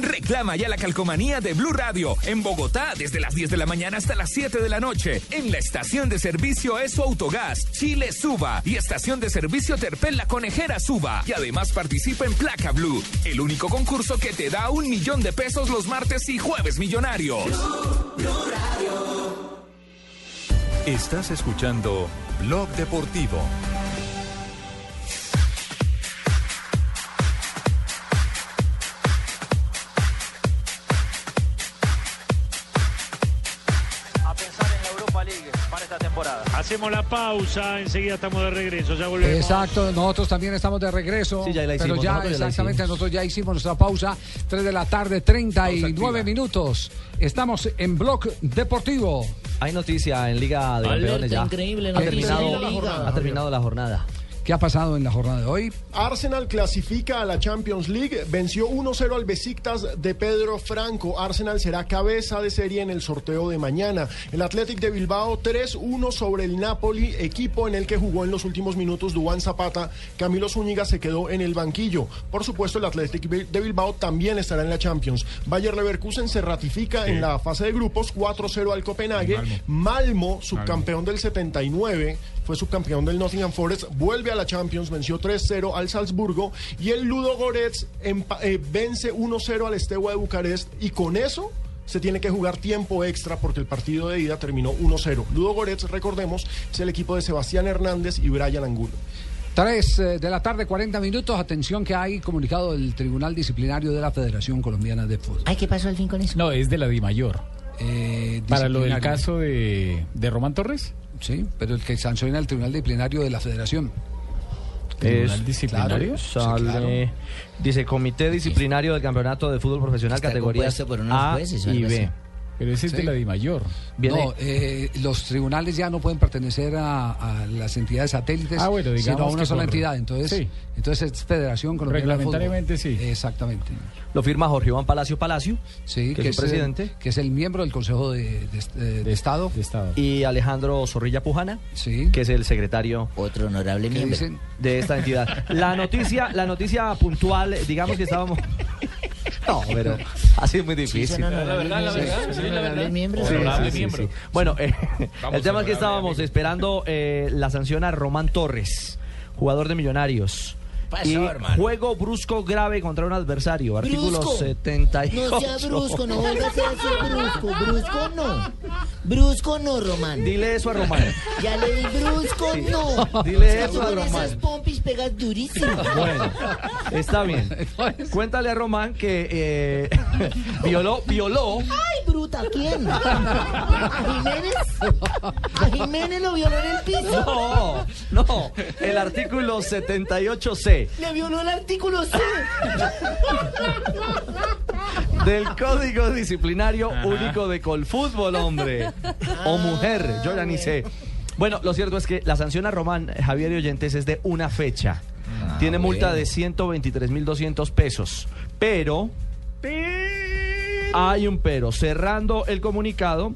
Reclama ya la calcomanía de Blue Radio en Bogotá desde las 10 de la mañana hasta las 7 de la noche. En la estación de servicio ESO Autogás, Chile Suba y estación de servicio Terpel La Conejera Suba. Y además participa en Placa Blue, el único concurso que te da un millón de pesos los martes y jueves millonarios.
Estás escuchando Blog Deportivo.
a pensar en la Europa League para esta temporada.
Hacemos la pausa, enseguida estamos de regreso, ya volvemos.
Exacto, nosotros también estamos de regreso.
Sí, ya la hicimos,
pero ya,
nosotros ya la
exactamente,
hicimos.
nosotros ya hicimos nuestra pausa. 3 de la tarde, 39 minutos. Estamos en Blog Deportivo.
Hay noticia en Liga de
Alerta
Campeones ya.
increíble,
ha
noticia
terminado,
de la jornada.
ha terminado la jornada.
¿Qué ha pasado en la jornada de hoy?
Arsenal clasifica a la Champions League, venció 1-0 al Besiktas de Pedro Franco. Arsenal será cabeza de serie en el sorteo de mañana. El Athletic de Bilbao 3-1 sobre el Napoli, equipo en el que jugó en los últimos minutos Dubán Zapata. Camilo Zúñiga se quedó en el banquillo. Por supuesto, el Athletic de Bilbao también estará en la Champions. Bayer Leverkusen se ratifica
Sí.
en la fase de grupos 4-0 al Copenhague. Malmo, subcampeón del 79, fue subcampeón del Nottingham Forest, vuelve a la Champions, venció 3-0 al Salzburgo y el Ludo Goretz empa- eh, vence 1-0 al Estewa de Bucarest y con eso se tiene que jugar tiempo extra porque el partido de ida terminó 1-0. Ludo Goretz, recordemos, es el equipo de Sebastián Hernández y Brian Angulo.
3 eh, de la tarde, 40 minutos. Atención que hay comunicado del Tribunal Disciplinario de la Federación Colombiana de Fútbol.
Ay, ¿qué pasó al fin con eso?
No, es de la Di Mayor. Para lo del
Eh, disciplinario.
caso de, de Román Torres.
Sí, pero el que sanciona el Tribunal Disciplinario de la Federación.
Es- claro, sale- Dice Comité Disciplinario del Campeonato de Fútbol Profesional
Está
categorías
compuesto por unos
A
jueces o
y
algo
B.
así. Pero ese es de Sí. la Di
Mayor.
Viene-
No, eh, los tribunales ya no pueden pertenecer a, a las entidades satélites,
Ah, bueno,
sino
digamos
a una
que
sola
por-
entidad. Entonces,
Sí.
entonces es Federación Colombiana de Fútbol.
Reglamentariamente
sí. Exactamente.
Lo firma Jorge Iván Palacio Palacio,
Sí,
que, es su
el-
presidente,
que es el miembro del Consejo de, de- de- de Estado.
y Alejandro Zorrilla Pujana, que es el secretario
otro honorable miembro.
de esta entidad. La noticia, la noticia puntual, digamos que estábamos No, pero así es muy difícil.
son honorables La verdad, la miembros. verdad, sí, la Honorables verdad. miembros.
Sí,
Honorable
sí, sí,
miembro.
sí. Bueno, eh, el tema es
honorable
que estábamos esperando eh, la sanción a Román Torres, jugador de Millonarios.
Pasó,
y
hermano.
juego brusco grave contra un adversario, artículo
Brusco.
78.
No sea brusco, no vuelva a ser así brusco. Brusco no. Brusco no, Román.
Dile eso a Román.
Ya le di brusco
Sí.
no.
Dile
Es que
eso
tú
a
con
Román.
esas pompis pegas durísimo.
Bueno, está bien. Cuéntale a Román que eh, violó, violó
Ay, bruta, ¿quién? ¿A Jiménez? ¿A Jiménez lo violó en el piso?
No, no. El artículo 78C
Le violó el artículo C.
del Código Disciplinario Único de Colfútbol, hombre. O mujer, yo ya ni sé. Bueno, lo cierto es que la sanción a Román eh, Javier y Oyentes es de una fecha. Tiene multa de 123.200 pesos. Pero... Hay un pero. Cerrando el comunicado,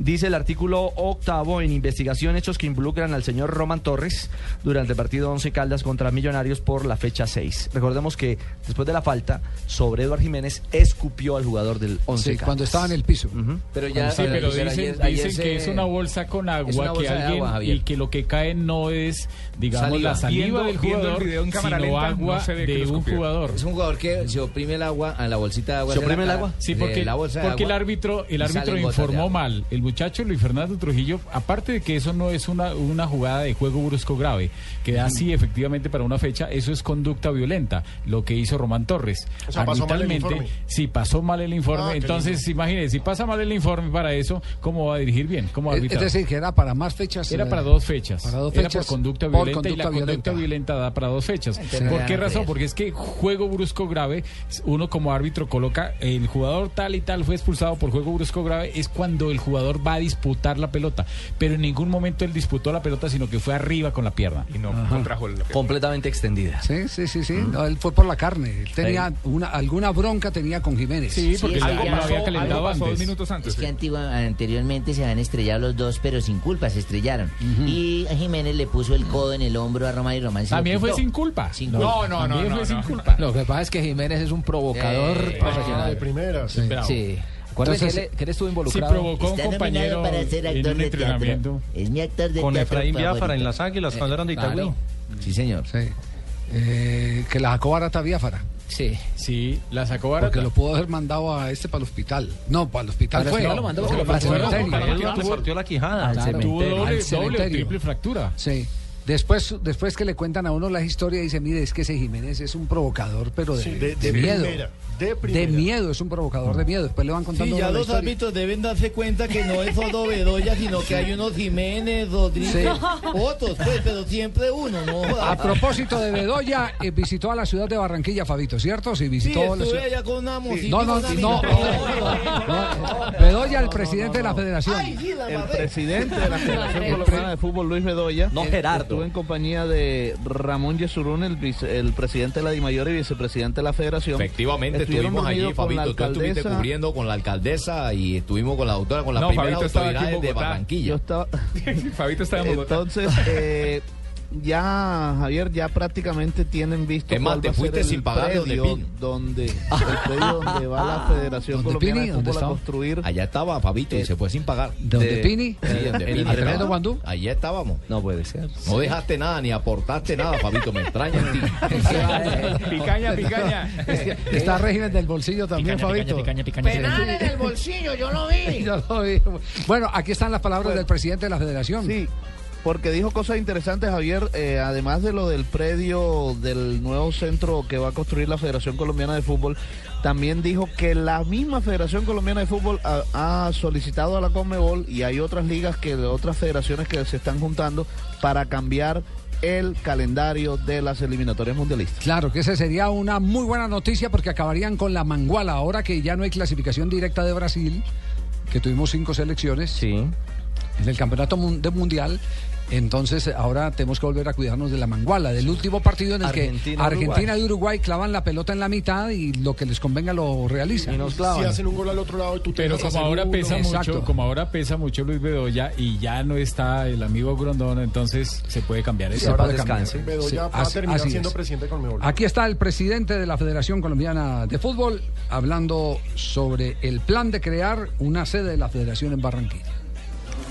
Dice el artículo octavo en investigación hechos que involucran al señor Roman Torres durante el partido 11 Caldas contra Millonarios por la fecha 6. Recordemos que después de la falta, sobre Eduard Jiménez escupió al jugador del 11
Sí,
Caldas.
cuando estaba en el piso.
Pero
Ya, sí, pero dicen, dicen que es una bolsa con agua,
una
que
bolsa de
alguien,
agua, Javier.
y que lo que cae no es, digamos,
Saliva.
la saliva
Viendo-
del
viendo el
jugador,
video en cámara
sino
lenta,
agua
no se ve que
de
lo
un
escupió.
jugador.
Es un jugador que se oprime el agua a la bolsita de agua. de la cara,
Sí,
de
porque,
la bolsa de
porque el
agua,
árbitro, el
y
árbitro
salen gotas de
informó
agua.
mal. El muchacho Luis Fernando Trujillo, aparte de que eso no es una, una jugada de juego brusco grave, que da así efectivamente para una fecha, eso es conducta violenta, lo que hizo Román Torres.
O sea, pasó mal el
Arbitralmente,
informe.
Sí, pasó mal el informe.
Ah, qué
Entonces, imagínese, si pasa mal el informe para eso, ¿cómo va a dirigir bien? ¿Cómo va a
Es, es
arbitrar?
decir, que era para más fechas.
Era
eh,
para dos fechas.
Para dos
Era
fechas,
por conducta
por
violenta y
conducta
la conducta violenta da para dos fechas.
Pero
¿Por
era
qué razón?
anterior.
Porque es que juego brusco grave, uno como árbitro coloca el jugador tal y tal fue expulsado por juego brusco grave, es cuando el jugador va a disputar la pelota. Pero en ningún momento él disputó la pelota, sino que fue arriba con la pierna. Y no
contrajo el...
Completamente extendida.
Sí, sí, sí, sí.
Mm.
No, él fue por la carne. Él tenía una, alguna bronca tenía con Jiménez.
es que algo pasó- algo pasó dos minutos antes. Es que antigua- anteriormente se habían estrellado los dos, pero sin culpa se estrellaron. Y a Jiménez le puso el codo en el hombro a Román y Román se lo
También fue
quitó.
sin culpa.
Sin
No,
culpa.
no, no, También no, fue sin no.
culpa.
Lo
que pasa es que Jiménez es un provocador
Ah, de primeras.
Sí. Sí. Acuérdense que él- que él estuvo involucrado. Está nominado para ser actor de teatro. Es mi actor de
Con
teatro
Efraín Biafara en
favorito.
Las Águilas, cuando eran de
claro.
Itagüí.
Sí, señor.
Eh, que la sacó barata Biafara.
Sí.
Sí, la sacó
barata.
barata.
Porque lo pudo haber mandado a este para el hospital. No, para el
Para
hospital
el
fue.
hospital lo mandó,
No,
porque lo
para el
mandó a-
cementerio.
para que Él no le tuvo- partió la quijada. Ah, Tuvo doble-
al
doble o
cementerio.
triple fractura.
Sí. Después, después que le cuentan a uno la historia, dice, mire, es que ese Jiménez es un provocador, pero de,
Sí, de-
de
de
miedo.
primera, de
de
primera.
miedo, es un provocador de miedo. Después le van
Sí,
contando
ya
uno la
los
historia.
árbitros deben darse cuenta que no es solo Bedoya, sino que hay unos Jiménez, Rodríguez,
Sí.
otros, pues, pero siempre uno, ¿no? Ah,
A propósito de Bedoya, eh, visitó a la ciudad de Barranquilla, Fabito, ¿cierto? Sí,
Sí,
visitó la
estuve
ciudad.
allá con una mocita,
No, no,
una
no. Bedoya, el presidente de la federación.
El presidente de la Federación Colombiana de Fútbol, Luis Bedoya.
No,
Eh,
Gerardo.
Estuvo en compañía de Ramón Yesurún, el, vice- el presidente de la Dimayor y vicepresidente de la Federación.
Efectivamente,
Estuvieron
estuvimos allí,
reunidos con la
Fabito. Tú estuviste
alcaldesa.
cubriendo con la alcaldesa y estuvimos con la doctora, con la
No,
primera
Fabito estaba aquí en
autoridad de
Bogotá.
Barranquilla.
Yo estaba...
Fabito estaba en Bogotá.
Entonces, eh, ya, Javier, ya prácticamente tienen visto.
Es más,
cuál
te
va a ser
fuiste
el
sin pagar donde
predio
Pino.
donde El predio donde va la Federación
¿Donde
Colombiana
Pini?
de
¿Dónde
Fútbol a
estaba?
construir.
Allá estaba Fabito y se fue sin pagar.
¿Donde
De-
Pini?
Sí, donde
¿En
Pini.
el Reverendo
Guandú? Allá estábamos.
No puede ser.
No dejaste nada, ni aportaste nada, Fabito. Me extraña en ti.
Picaña,
picaña. Está régimen del bolsillo también, Fabito.
Penal en el bolsillo, yo lo vi.
Yo lo vi. Bueno, aquí están las palabras del presidente de la federación.
Sí, porque dijo cosas interesantes, Javier, eh, además de lo del predio del nuevo centro que va a construir la Federación Colombiana de Fútbol, también dijo que la misma Federación Colombiana de Fútbol ha, ha solicitado a la Conmebol y hay otras ligas que de otras federaciones que se están juntando para cambiar el calendario de las eliminatorias mundialistas.
Claro, que esa sería una muy buena noticia porque acabarían con la manguala ahora que ya no hay clasificación directa de Brasil, que tuvimos cinco selecciones en el Campeonato mun- de Mundial. Entonces ahora tenemos que volver a cuidarnos de la manguala, del último partido en el que
Argentina,
Argentina y Uruguay clavan la pelota en la mitad y lo que les convenga lo realizan.
Si hacen un gol al otro lado, tú te
Pero
vas a
como
hacer
ahora
uno.
pesa mucho, como ahora pesa mucho Luis Bedoya y ya no está el amigo Grondón, entonces se puede cambiar
Sí,
eso.
ahora descanse.
Bedoya
Sí,
va a
así-
terminar
así
siendo
es.
presidente de Conmebol.
Aquí está el presidente de la Federación Colombiana de Fútbol hablando sobre el plan de crear una sede de la Federación en Barranquilla.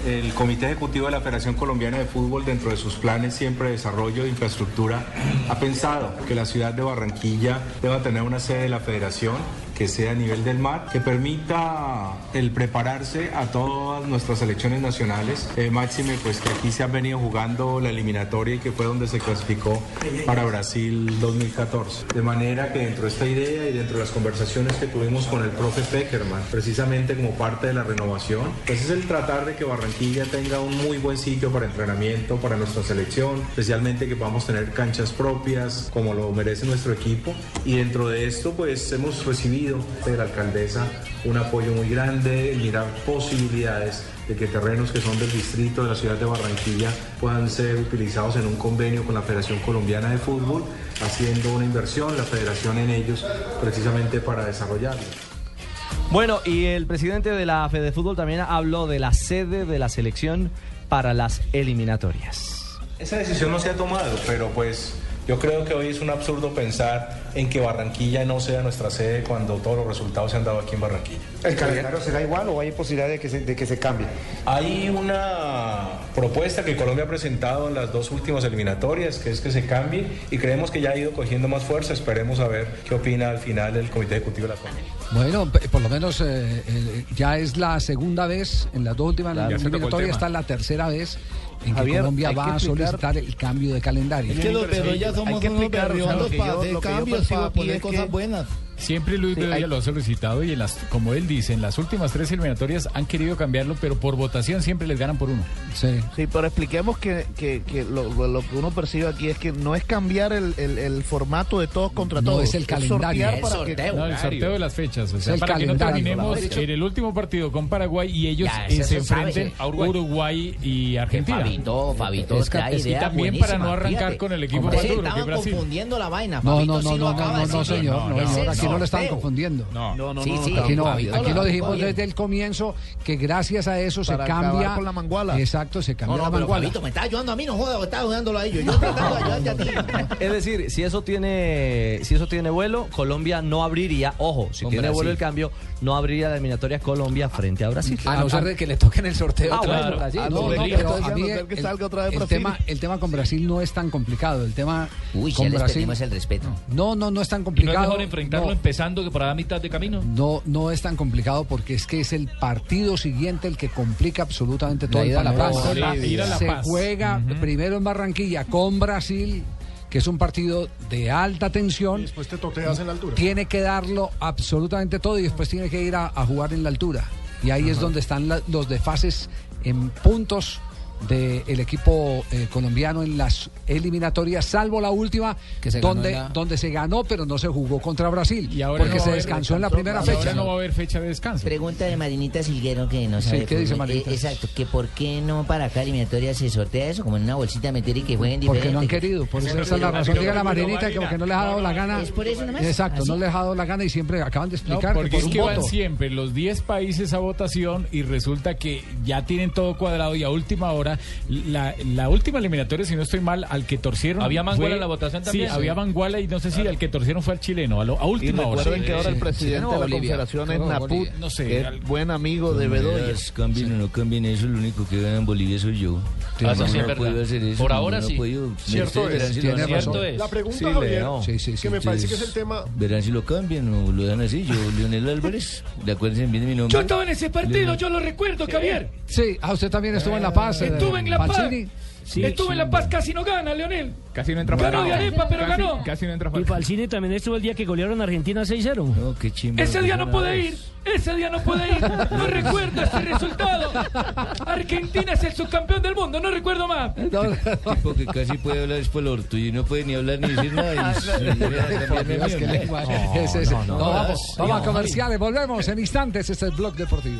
El Comité Ejecutivo de la Federación Colombiana de Fútbol, dentro de sus planes siempre de desarrollo de infraestructura, ha pensado que la ciudad de Barranquilla deba tener una sede de la Federación que sea a nivel del mar, que permita el prepararse a todas nuestras selecciones nacionales. Eh, máxime, pues que aquí se han venido jugando la eliminatoria y que fue donde se clasificó para Brasil 2014. De manera que dentro de esta idea y dentro de las conversaciones que tuvimos con el profe Peckerman, precisamente como parte de la renovación, pues es el tratar de que Barranquilla tenga un muy buen sitio para entrenamiento, para nuestra selección, especialmente que podamos tener canchas propias, como lo merece nuestro equipo. Y dentro de esto, pues hemos recibido de la alcaldesa un apoyo muy grande, el mirar posibilidades de que terrenos que son del distrito de la ciudad de Barranquilla puedan ser utilizados en un convenio con la Federación Colombiana de Fútbol, haciendo una inversión, la federación en ellos, precisamente para desarrollarlos.
Bueno, y el presidente de la Fede Fútbol también habló de la sede de la selección para las eliminatorias.
Esa decisión no se ha tomado, pero pues yo creo que hoy es un absurdo pensar en que Barranquilla no sea nuestra sede cuando todos los resultados se han dado aquí en Barranquilla.
¿El calendario será igual o hay posibilidad de que se, de que se cambie?
Hay una propuesta que Colombia ha presentado en las dos últimas eliminatorias, que es que se cambie y creemos que ya ha ido cogiendo más fuerza. Esperemos a ver qué opina al final el Comité Ejecutivo de la Comisión.
Bueno, pe- por lo menos eh, eh, ya es la segunda vez, en las dos últimas
Claro, ya se tocó el
eliminatorias,
tema.
está la tercera vez en que
Javier,
Colombia
hay que
va a
explicar-
solicitar el cambio de calendario.
Es que los Bedoya somos Hay que unos explicar, berriondos lo que yo- para hacer lo que yo cambios,
pues
percibo para aquí poner es cosas que- buenas.
Siempre Luis
Sí,
Bedoya
hay-
lo ha solicitado y en las, como él dice, en las últimas tres eliminatorias han querido cambiarlo, pero por votación siempre les ganan por uno.
Sí.
Sí, pero expliquemos que, que- que lo, lo que uno percibe aquí es que no es cambiar el, el- el formato de todos contra todos. sortear para que-
No, el sorteo de las fechas. O sea,
el
para que
calendario.
no terminemos en el último partido con Paraguay y ellos
Ya,
eh,
eso
se
se sabe.
enfrenten a Uruguay. y Argentina.
Fabito, Fabito,
Es que-
trae
es que
ideas
también
buenísimas,
para no arrancar
fíjate.
con el equipo
Hombre,
más
sí,
duro, que es
Estaban
Brasil.
confundiendo la vaina.
No,
Fabito
no,
sí
no,
lo
no,
acaba
no,
de
no,
decir.
señor. No,
Es
señor,
el
aquí no lo están
sorteo.
confundiendo.
No,
no,
Sí, sí,
Aquí no,
Fabito
aquí
lo
lo
acaba
dijimos
bien.
desde el comienzo que gracias a eso
Para
se
acabar
cambia.
con la manguala.
Exacto, se
No,
cambia
no,
la
pero
manguala.
Fabito, me está ayudando a mí, no joda, me está ayudándolo a ellos. Yo tratando de ayudarte a ti.
Es decir, si eso tiene, si eso tiene vuelo, Colombia no abriría, ojo, si
Con
tiene
Brasil.
vuelo el cambio, no abriría la eliminatoria Colombia frente a Brasil.
A no ser de que le toquen el sorteo.
Ah,
otra vez
bueno,
a Brasil.
ah,
No,
no,
no,
Brasil,
pero
entonces
a
ya
mí
no ser que
el-
salga otra vez
el
Brasil.
tema- El tema con Brasil no es tan complicado. El tema
Uy, ya
con
les
Brasil.
perdimos el respeto.
No, no, no es tan
¿Y no es
complicado.
mejor enfrentarlo
no.
empezando que para dar mitad de camino?
No, no es tan complicado porque es que es el partido siguiente el que complica absolutamente todo
La
el
ida a La
panorama.
Paz. La ida a La
Se
Paz.
juega primero en Barranquilla con Brasil, que es un partido de alta tensión.
Después te toteas en la altura.
Tiene que darlo absolutamente todo y después tiene que ir a, a jugar en la altura. Y ahí es
Ajá.
donde están la- los desfases en puntos del equipo eh, colombiano en las eliminatorias, salvo la última,
Que se ganó
donde,
en la-
donde se ganó, pero no se jugó contra Brasil,
Y ahora no
porque
va
se
a haber
descansó en la
descanso,
primera
ahora
fecha.
no va a haber fecha de descanso.
Pregunta de Marinita Silguero que no
Sí,
sabe.
¿qué dice
fútbol.
Marinita?
Eh, exacto, que por qué no para cada eliminatoria se sortea eso, como en una bolsita meter y que jueguen diferente.
Porque no han querido, por eso esa es la razón. Diga la Marinita que porque no les ha dado la gana.
Es por eso nomás.
Exacto,
Así.
no les ha dado la gana y siempre acaban de
No,
explicar que
porque
por
es
un
que van
voto.
siempre los 10 países a votación y resulta que ya tienen todo cuadrado y a última hora, la, la última eliminatoria, si no estoy mal, al que torcieron.
¿Había Manguala
fue-
en la votación
Sí,
también?
había Manguala y no sé si al que torcieron fue al chileno, a, lo- a
Y
última hora.
recuerden que ahora el
Sí.
presidente
Chileno o
de la
Bolivia.
confederación es
Creo que
Naput,
Bolivia. No sé,
que
al-
es buen amigo de Bedoya.
Verás, Cambien o no cambien eso, lo único que gana en Bolivia soy yo.
Ah, eso
no,
sí es
no he
verdad.
podido hacer eso,
Por
no,
ahora
no he
sí.
podido. Me
Cierto
ustedes
es,
verán si lo
tiene
van a hacer.
razón.
La pregunta,
Sí,
Javier,
Leao.
que me parece que es
Ustedes
el tema...
Verán si lo cambian o lo dan así. Yo, Leonel Álvarez, de acuérdense bien de mi nombre.
Yo estaba en ese partido, yo lo recuerdo, Javier.
Sí, ah, usted también estuvo en La Paz. eh,
Estuve en La Paz.
Pazzini. Sí,
Estuve en La Paz, casi no gana, Leonel.
Casi no
entra Ganó Falcao. de arepa, pero
casi,
ganó.
Casi no entra Y Falcini también estuvo el día que golearon a Argentina 6-0.
No, qué chimba.
Ese día no pude
puede
ir, ese día no pude ir. No recuerdo ese resultado. Argentina es el subcampeón del mundo, no recuerdo más.
Tipo que casi puede hablar después del orto y no puede ni hablar ni decir
Ah,
nada. y- y- y-
Por Dios, qué lengua. Ese es-
No,
no,
no, no.
Vamos vamos a comerciales, volvemos en instantes. Este es el Blog Deportivo.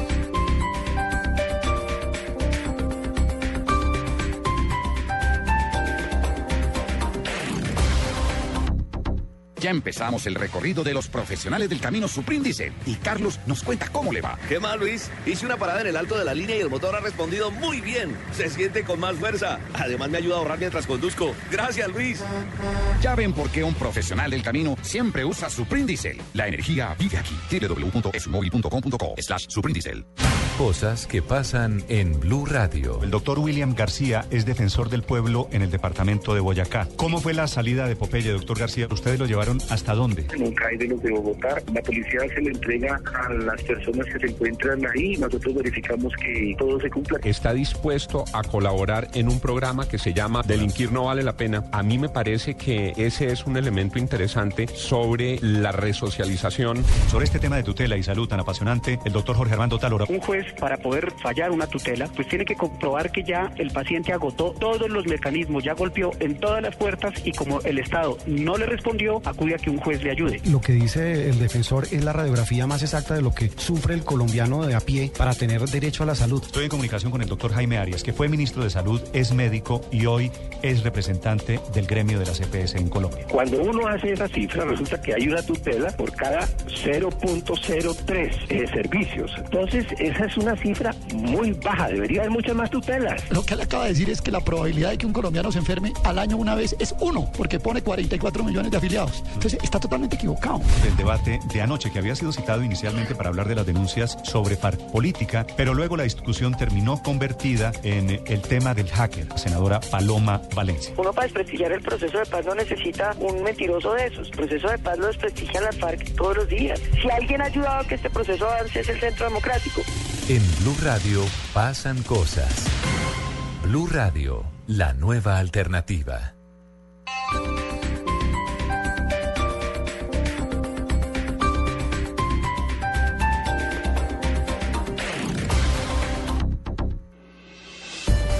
Ya empezamos el recorrido de los profesionales del camino Supríndice y Carlos nos cuenta cómo le va.
¿Qué más, Luis? Hice una parada en el alto de la línea y el motor ha respondido muy bien. Se siente con más fuerza. Además, me ayuda a ahorrar mientras conduzco. Gracias, Luis.
Ya ven por qué un profesional del camino siempre usa Supríndice. La energía vive aquí. www.esumóvil.com.co slash Supríndice.
cosas que pasan en Blue Radio.
El doctor William García es defensor del pueblo en el departamento de Boyacá. ¿Cómo fue la salida de Popeye, doctor García? ¿Ustedes lo llevaron hasta dónde?
En un CAI de los de Bogotá, la policía se le entrega a las personas que se encuentran ahí. Nosotros verificamos que todo se cumpla.
Está dispuesto a colaborar en un programa que se llama Delinquir no vale la pena. A mí me parece que ese es un elemento interesante sobre la resocialización.
Sobre este tema de tutela y salud tan apasionante, el doctor Jorge Armando Talora.
Un juez, para poder fallar una tutela, pues tiene que comprobar que ya el paciente agotó todos los mecanismos, ya golpeó en todas las puertas y como el Estado no le respondió, acude a que un juez le ayude.
Lo que dice el defensor es la radiografía más exacta de lo que sufre el colombiano de a pie para tener derecho a la salud.
Estoy en comunicación con el doctor Jaime Arias, que fue ministro de Salud, es médico y hoy es representante del gremio de la CPS en Colombia.
Cuando uno hace esa cifra, resulta que hay una tutela por cada 0.03 de eh, servicios. Entonces, esa es una cifra muy baja. Debería haber muchas más tutelas.
Lo que él acaba de decir es que la probabilidad de que un colombiano se enferme al año una vez es uno, porque pone 44 millones de afiliados. Entonces, está totalmente equivocado.
El debate de anoche, que había sido citado inicialmente para hablar de las denuncias sobre política, pero luego la discusión terminó convertida en el tema del hacker, senadora Paloma Valencia.
Uno para desprestigiar el proceso de paz no necesita un mentiroso de esos. El proceso de paz lo desprestigia la FARC todos los días. Si alguien ha ayudado a que este proceso avance es el Centro Democrático.
En Blue Radio pasan cosas. Blue Radio, la nueva alternativa.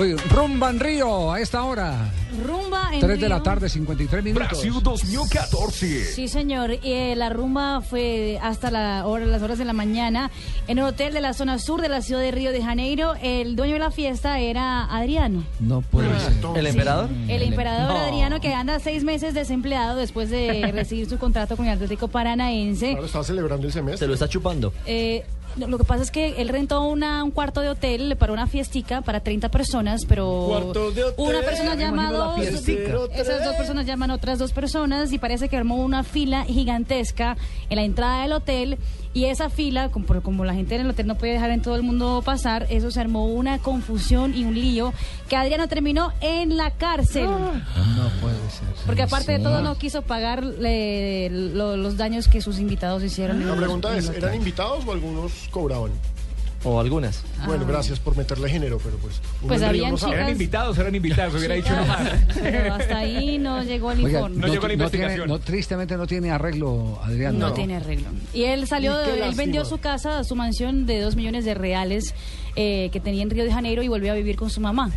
Oye, rumba en Río a esta hora.
Rumba en
3 de la
Río.
tarde, 53 minutos.
Brasil 2014.
Sí, señor. Eh, la rumba fue hasta la hora, las horas de la mañana en un hotel de la zona sur de la ciudad de Río de Janeiro. El dueño de la fiesta era Adriano.
No puede ser. Ah, ¿El emperador?
El emperador
Mm. No.
Adriano que anda seis meses desempleado después de recibir su contrato con el Atlético Paranaense.
Claro, está celebrando el semestre.
Se lo está chupando.
Eh, no, lo que pasa es que él rentó una, un cuarto de hotel para una fiestica para 30 personas, pero
Cuarto de hotel,
una persona
me
llama a
imagino la
dos,
fiestica.
esas dos personas llaman a otras dos personas y parece que armó una fila gigantesca en la entrada del hotel y esa fila, como, por- como la gente en el hotel no puede dejar en todo el mundo pasar, eso se armó una confusión y un lío que Adriano terminó en la cárcel.
Ah,
No puede ser.
Porque aparte de todo no quiso pagar eh, lo- los daños que sus invitados hicieron. en
Ah, La
el- en
pregunta
el
es,
hotel.
¿eran invitados o algunos cobraban?
O algunas.
Bueno,
Ah.
gracias por meterle género, pero pues... uno
Pues
en Río
habían
no sabe.
chicas- Eran
Invitados eran invitados, hubiera dicho nomás.
Pero hasta ahí no llegó el
Oiga,
informe.
No llegó la
tiene-
investigación.
no, tristemente no tiene arreglo, Adrián.
No tiene arreglo. Y él salió,
Y qué
de- él
lástima.
vendió su casa, su mansión de dos millones de reales eh, que tenía en Río de Janeiro y volvió a vivir con su mamá.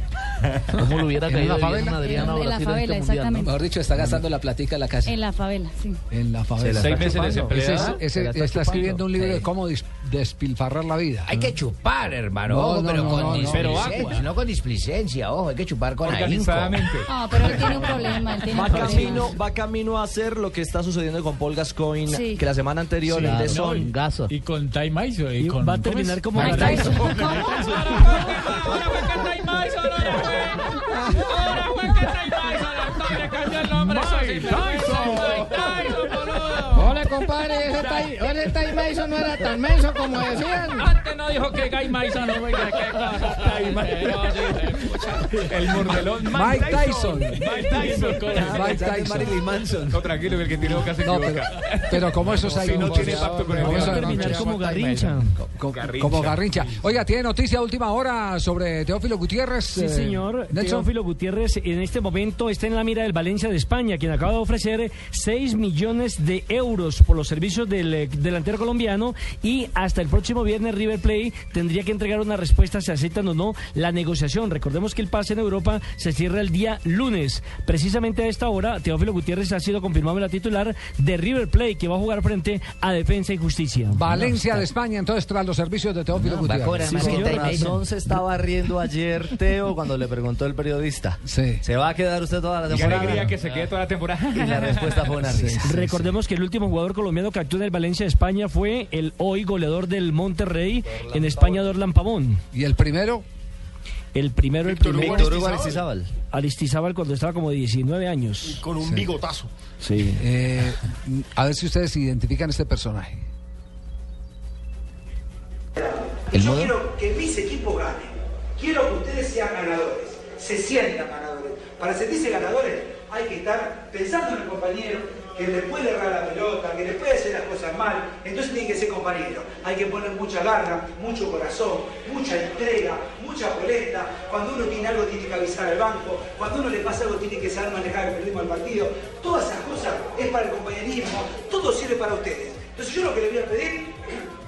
¿Cómo lo hubiera
¿En
caído
la
bien
favela?
a Adriano
En-
Brasil en
en la favela,
este mundial?
exactamente.
Mejor dicho, está gastando la platica de la
Ah,
casa.
En la favela, sí.
En la
Se la
favela.
está Seis meses chupando. desempleado.
¿Ah?
Ese es- ese
Se la está
está,
chupando.
escribiendo un libro
Sí.
de cómo dis- despilfarrar la vida.
Hay que chupar, hermano.
No,
ojo,
no,
pero
no,
con
no, no. Pero
displicencia. No, con displicencia, ojo. Hay que chupar con ahínco.
Organizadamente.
Ah, pero él tiene un problema. Él tiene
Va
un problema.
camino, va camino a hacer lo que está sucediendo con Paul Gascoigne,
Sí.
que la semana anterior
Sí.
el de
No,
Son.
y- Y con Time Ice, y con,
va a
¿cómo
terminar
es?
como
Mike
Mike
Tyson.
Hola, compadre. Ese Tai- Ese Tai Mason no era tan menso como decían.
Ah,
Antes no dijo que Guy Mason no güey, qué cosa.
El mordelón
Mike Tyson.
Mike Tyson.
Mike Tyson.
Marilyn Manson.
No, tranquilo, que el que tiene boca se
No,
equivoca.
Pero como eso es ahí.
Si no tiene pacto con el
Como
diablo.
eso-
Garrincha.
Co-
Garrincha.
Como Garrincha. Oiga, tiene noticia a última hora sobre Teófilo Gutiérrez.
Sí,
eh,
señor.
Nelson.
Teófilo Gutiérrez en este momento está en la mira del Valencia de España, quien acaba de ofrecer 6 millones de euros por los servicios del eh, delantero colombiano y hasta el próximo viernes River Play tendría que entregar una respuesta si aceptan o no la negociación. Recordemos que el pase en Europa se cierra el día lunes. Precisamente a esta hora, Teófilo Gutiérrez ha sido confirmado en la titular de River Play, que va a jugar frente a Defensa y Justicia.
Valencia de España, entonces, tras los servicios de Teófilo Gutiérrez.
Sí, con razón se estaba riendo ayer Teo cuando le preguntó el periodista. ¿Se va a quedar usted toda la
Qué
temporada?
alegría que se quede toda la temporada.
Y la respuesta fue una risa.
Recordemos que el último jugador colombiano que actuó en el Valencia de España fue el hoy goleador del Monterrey en España, Dorlan Pavón.
¿Y el primero?
El primero, el
Víctor Hugo
primero.
Víctor Hugo Aristizábal.
Aristizábal cuando estaba como 19 años.
Con un
Sí.
bigotazo.
Sí.
Eh, a ver si ustedes identifican este personaje.
yo quiero que mis equipos ganen. Quiero que ustedes sean ganadores, se sientan ganadores. Para sentirse ganadores hay que estar pensando en el compañero, que le puede errar la pelota, que le puede hacer las cosas mal. Entonces tiene que ser compañero. Hay que poner mucha garra, mucho corazón, mucha entrega, mucha polenta. Cuando uno tiene algo tiene que avisar al banco. Cuando uno le pasa algo tiene que saber manejar el ritmo del partido. Todas esas cosas es para el compañerismo. Todo sirve para ustedes. Entonces yo lo que les voy a pedir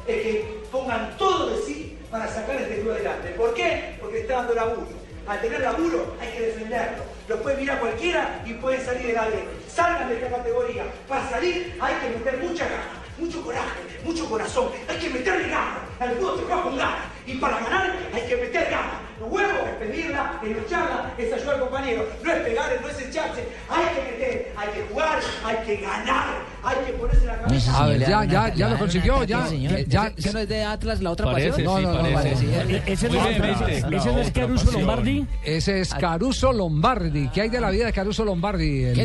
es que pongan todo de sí para sacar este club adelante. ¿Por qué? Porque está dando laburo. Al tener laburo hay que defenderlo. Lo puede mirar cualquiera y pueden salir de la B. Salgan de esta categoría. Para salir hay que meter mucha gana, mucho coraje, mucho corazón. Hay que meterle gana. Al fútbol se juega con gana. Y para ganar hay que meter gana. Los huevos es pedirla, es lucharla, es ayudar al compañero. No es pegarle, no es echarse. Hay que meter, hay que jugar, hay que ganar. Hay que ponerse la
A
cabeza.
ver, ya, ya, ya lo consiguió, ya, ya.
¿Que no es de Atlas la otra
Parece,
pasión?
sí, No, no, no, parece. parece.
Ese
Muy
no es,
vehemente,
ese
la
no es
otra
Caruso
pasión.
Lombardi.
Ese es Caruso Lombardi. ¿Qué hay de la vida de Caruso Lombardi? El-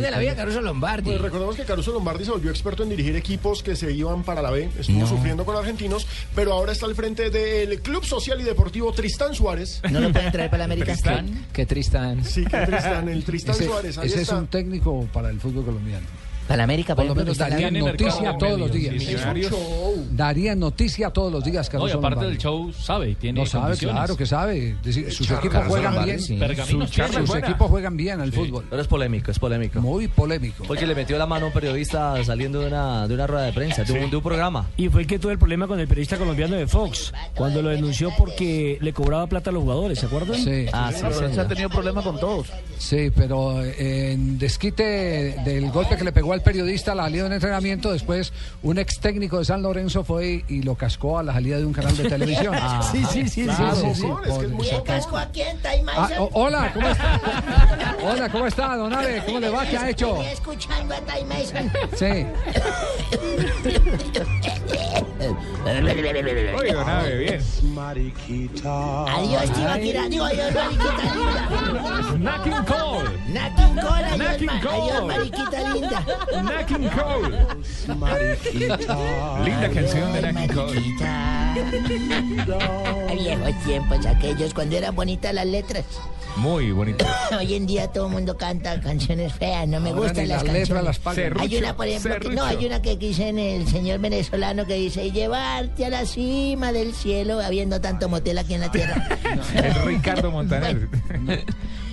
Lombardi? Pues recordemos que Caruso Lombardi se volvió experto en dirigir equipos que se iban para la B, estuvo sufriendo con argentinos, pero ahora está al frente del Club Social y Deportivo Tristán Suárez.
¿No lo pueden traer para la América?
Tristán.
Que Tristán.
Sí, que Tristán, el Tristán
Ese,
Suárez, ahí
ese es
está.
un técnico para el fútbol colombiano.
Para la América,
Por
por
lo
ejemplo,
menos
Tristán.
daría
Tiene mercado
noticia
de
todos los
medios,
días.
millonarios.
Daría noticia todos los días,
No,
Caruso
y aparte
Lombardi.
del show, sabe, tiene
No sabe,
condiciones.
claro que sabe. Es decir, sus
Charla,
equipos juegan
Lombardi,
bien.
sí.
Sus,
Pergamino tiene,
sus
buena.
equipos juegan bien al
Sí.
fútbol.
Pero es polémico, es polémico.
Muy polémico.
Porque le metió la mano a un periodista saliendo de una, de una rueda de prensa, de, un, de un programa.
Y fue el que tuvo el problema con el periodista colombiano de Fox, cuando lo denunció porque le cobraba plata a los jugadores, ¿se acuerdan?
Sí.
Ah, sí, pero se ha tenido problemas con todos.
Sí, pero eh, en desquite del golpe que le pegó al periodista a la salida de un entrenamiento, después un ex técnico de San Lorenzo fue y lo cascó a la salida de un canal de televisión.
Ah.
sí, sí, sí,
Claro,
sí, sí, sí.
Bocón, es que es muy
Por-
aquí en
Ah, o- hola, ¿cómo está? Hola, ¿cómo está, don Ave? ¿Cómo le va? ¿Qué ha hecho?
Estoy escuchando a Ty Mason.
Sí.
Oye, don Abe,
bien. Mariquita.
Adiós, Tibaquira. Digo, adiós, mariquita linda.
Knocking Cole. Knocking
Knocking Cole. adiós, ma-
Cole.
Adiós, mariquita linda.
Knocking Cole. Mariquita.
Linda canción de Naki Cole.
Ay, Viejos tiempos aquellos, cuando eran bonitas las letras.
Muy bonito.
Hoy en día todo el mundo canta canciones feas, no me
Ahora
gustan
ni las
las
letras
canciones.
las pagan.
hay
Serrucho,
una, por ejemplo, que, no,
serrucho.
hay una que dicen el señor venezolano que dice, "Y llevarte a la cima del cielo, habiendo tanto motel aquí en la tierra.
Es Ricardo Montaner.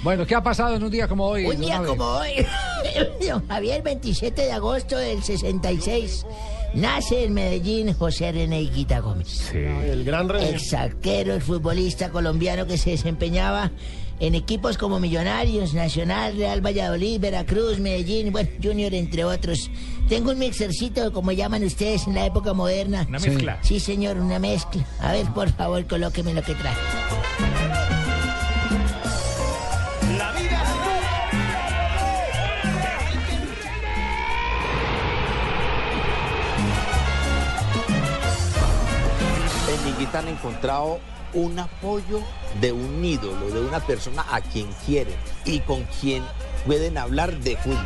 Bueno, ¿qué ha pasado en un día como hoy?
Un
don
día
Abe?
como hoy, don Javier, 27 de agosto del 66, nace en Medellín José René Higuita Gómez.
Ah, El gran René.
Ex arquero, el futbolista colombiano que se desempeñaba en equipos como Millonarios, Nacional, Real Valladolid, Veracruz, Medellín, bueno, Junior, entre otros. Tengo un mixercito, como llaman ustedes en la época moderna.
Una mezcla.
Sí, señor, una mezcla. A ver, por favor, colóqueme lo que trae.
En Higuita han encontrado un apoyo de un ídolo, de una persona a quien quieren y con quien pueden hablar de fútbol.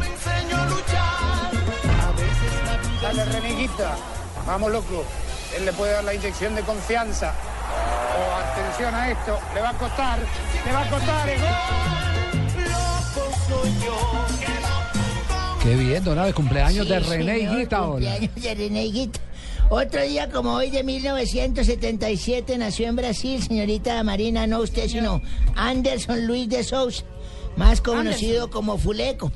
Dale, Reneguita. Vamos, loco. Él le puede dar la inyección de confianza. O atención a esto. Le va a costar. Le va a costar. ¡Es gol! Loco soy yo.
Qué bien, don Abe, cumpleaños
Sí,
de René
señor,
Higuita ahora.
cumpleaños de René Higuita. Otro día como hoy de 1977 nació en Brasil, señorita Marina, no usted, sino Anderson Luis de Souza, más conocido como Fuleco.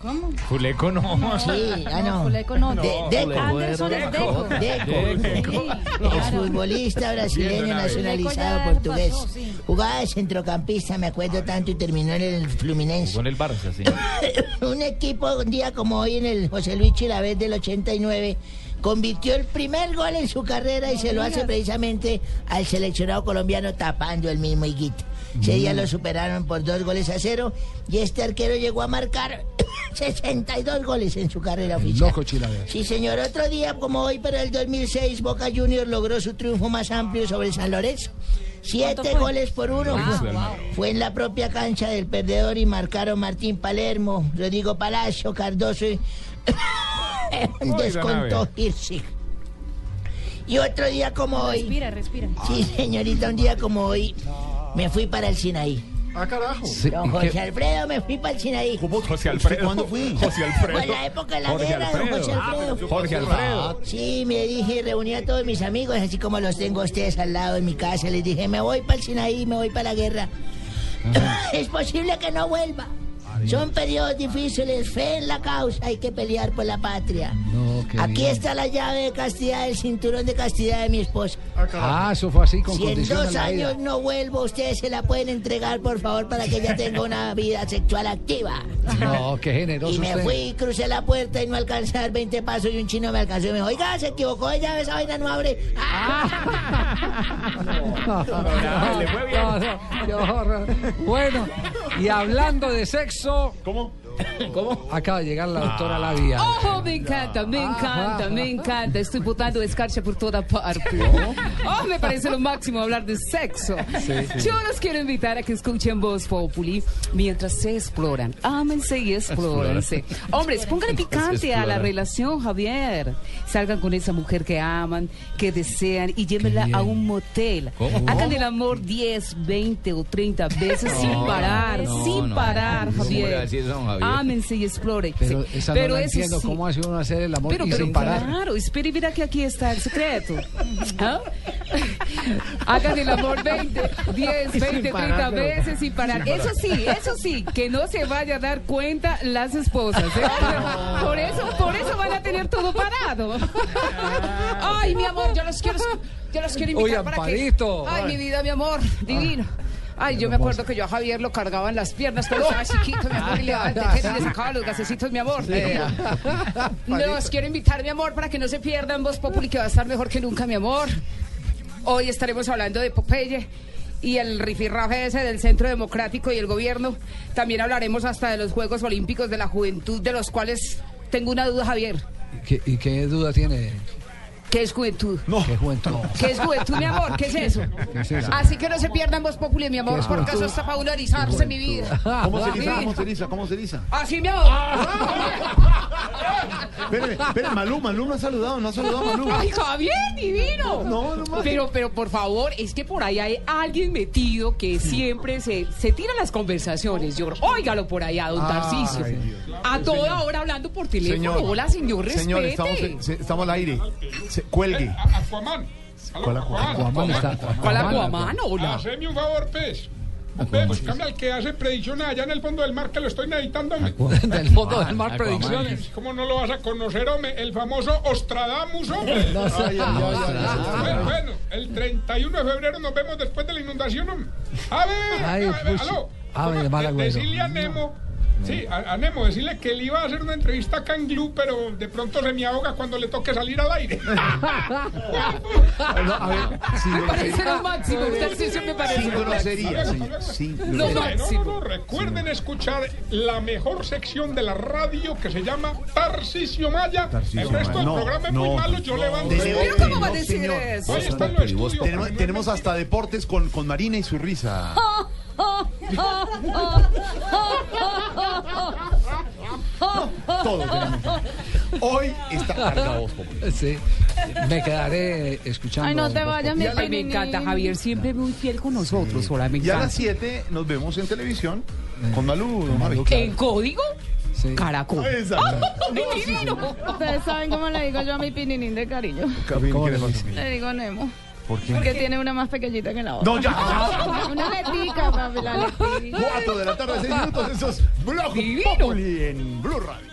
¿Cómo?
Fuleco no.
Sí, ah, no.
Fuleco no.
De- Deco.
Anderson es Deco.
Deco. El futbolista brasileño
Bien, Donave.
nacionalizado
Deco ya
portugués.
pasó, sí.
Jugaba de centrocampista, me acuerdo tanto, y terminó en el Fluminense.
Con el Barça, sí.
un equipo un día como hoy en el José Luis Chilavés del 89 convirtió el primer gol en su carrera y se lo hace precisamente al seleccionado colombiano tapando el mismo Higuita. Ese día
Mm.
lo superaron por dos goles a cero y este arquero llegó a marcar 62 goles en su carrera oficial.
Loco Chilavert.
Sí, señor, otro día como hoy, pero el 2006, Boca Juniors logró su triunfo más amplio sobre el San Lorenzo. Siete goles por uno.
Ah,
Fue-
wow.
Fue en la propia cancha del perdedor y marcaron Martín Palermo, Rodrigo Palacio, Cardoso y descontó Hirsig. Y otro día como hoy,
Respira, respira.
sí señorita, un día como hoy, me fui para el Sinaí.
Ah, carajo.
Don José Alfredo, me fui para el Sinaí.
José Alfredo. ¿Cuándo fui? José Alfredo.
Fue en la época de la
Jorge
guerra, don José
Alfredo. Ah,
Alfredo.
pero Jorge Alfredo.
Sí, me dije, reuní a todos mis amigos, así como los tengo a ustedes al lado en mi casa. Les dije, me voy para el Sinaí, me voy para la guerra. es posible que no vuelva. Son periodos difíciles, fe en la causa, hay que pelear por la patria. Aquí está la llave de castidad, el cinturón de castidad de mi esposa.
Ah, eso fue así con
Si en
condición
dos
a la ida.
años no vuelvo, ustedes se la pueden entregar, por favor, para que ella tenga una vida sexual activa.
No, qué generoso
Y me
usted.
fui, crucé la puerta y no alcancé a dar 20 pasos y un chino me alcanzó y me dijo, oiga, se equivocó de llave, esa vaina no abre.
No, no, no, qué horror. Bueno, y hablando de sexo. ¿Cómo? ¿Cómo? Acaba de llegar la
Ah.
doctora Lavia.
Oh, me encanta, me encanta, me encanta. Estoy botando escarcha por toda parte. Oh, me parece lo máximo hablar de sexo.
Sí, sí.
Yo los quiero invitar a que escuchen Voz Populi mientras se exploran. Ámense y explórense. Hombres, pónganle picante a la
Exploran.
relación, Javier. Salgan con esa mujer que aman, que desean y llévenla a un motel.
¿Cómo?
Hagan el amor 10, 20 o 30 veces sin
No,
parar,
no,
sin
no.
parar,
¿Cómo le
Javier.
decís eso, Javier?
Ámense y explórense.
Pero esa no
eso
la entiendo.
sí.
¿Cómo hace uno hacer el amor
Pero,
y
pero
sin parar?
claro, espere y verá que aquí está el secreto. ¿Ah? Hagan el amor 20, 10, 20,
Sin
30
parar, pero-
veces sin parar.
sin parar.
Eso sí, eso sí, que no se vaya a dar cuenta las esposas. ¿eh? Por eso, por eso van a tener todo parado. Ay, mi amor, yo los quiero, yo los quiero invitar
Uy,
para
Amparito.
que. Ay, mi vida, mi amor, divino. Ay, yo me acuerdo que yo a Javier lo cargaba en las piernas cuando estaba chiquito, mi
Ah,
amor, y le daba el tejete y le sacaba los gasecitos, mi amor.
Sí.
Eh, los quiero invitar, mi amor, para que no se pierdan Voz Populi, que va a estar mejor que nunca, mi amor. Hoy estaremos hablando de Popeye y el rifirrafe ese del Centro Democrático y el gobierno. También hablaremos hasta de los Juegos Olímpicos de la Juventud, de los cuales tengo una duda, Javier.
¿Qué- ¿Y qué duda tiene?
¿Qué es juventud?
¿Qué juventud?
¿Qué es juventud, mi amor? ¿Qué es eso? Ah,
¿Qué es eso?
Así que no se pierdan Voz Populi, mi
¿Qué
amor,
es
porque eso
juventud?
está para valorizarse mi vida.
¿Cómo se eriza?
Sí.
¿Cómo se eriza? ¿Cómo se eriza?
Así, mi amor.
Espérame, espérame, Malú, Malú no ha saludado, no ha saludado Malú.
Ay, Javier, divino.
No, no, no.
Pero, pero por favor, es que por ahí hay alguien metido que siempre se, se tira las conversaciones. Yo, óigalo por allá, don Tarcisio.
Ay, Dios.
A toda hora hablando por teléfono. Hola, señor, respete.
Señor, estamos, en- se- estamos al aire. Se- cuelgue.
Aquaman.
¿Cuál Aquaman? Aquaman está-
¿Cuál Aquaman? Hola.
Haceme un favor, pez.
pues,
Ve, búscame al que hace predicciones allá en el fondo del mar que lo estoy necesitando. hombre.
Del fondo del mar, predicciones.
¿Cómo no lo vas a conocer, hombre? El famoso Ostradamus, hombre. Ah,
No sé. Ay, ay, ay, ay,
Bueno,
Nostradamus.
Bueno, el 31 de febrero nos vemos después de la inundación, hombre. A ver,
Ay,
a ver,
pucha.
aló.
Ave de mal
De-
agüero.
Decirle a Nemo. Sí, a, a Nemo, decirle que él iba a hacer una entrevista acá en Glue, pero de pronto se me ahoga cuando le toque salir al aire.
Me parece lo máximo.
Sí,
Tarcisio me parece
Sin
lo
grosería,
máximo.
señor. Sin
No, no,
grosería.
no, no, recuerden escuchar la mejor sección de la radio que se llama Tarcisio Maya.
Tarcisio
el resto
Maya.
del
No,
programa es muy
no,
malo, yo
no.
levanto.
Tenemos-
a decir
señor.
eso?
Oye, están los estudios. Tenemos, tenemos hasta deportes con, con Marina y su risa.
Todo.
Hoy está cargado Voz
Sí. Me quedaré escuchando.
Ay, no te
un poco.
vayas, mi Ay, me encanta, Javier. Siempre muy fiel con nosotros. Hola, me
Y a
encanta.
las 7 nos vemos en televisión con Malú. don Mavi.
¿En código? Caracol.
Exacto.
¡Ay, divino!
Ustedes saben cómo le digo yo a mi pininín de cariño.
¿Qué le pasa?
Le digo Nemo.
¿Por qué?
Porque tiene una más pequeñita que la otra.
No, ya, ya.
Una letica, papi, la letica.
4 de la tarde, 6 minutos, esos blogs Populi en Blue Radio.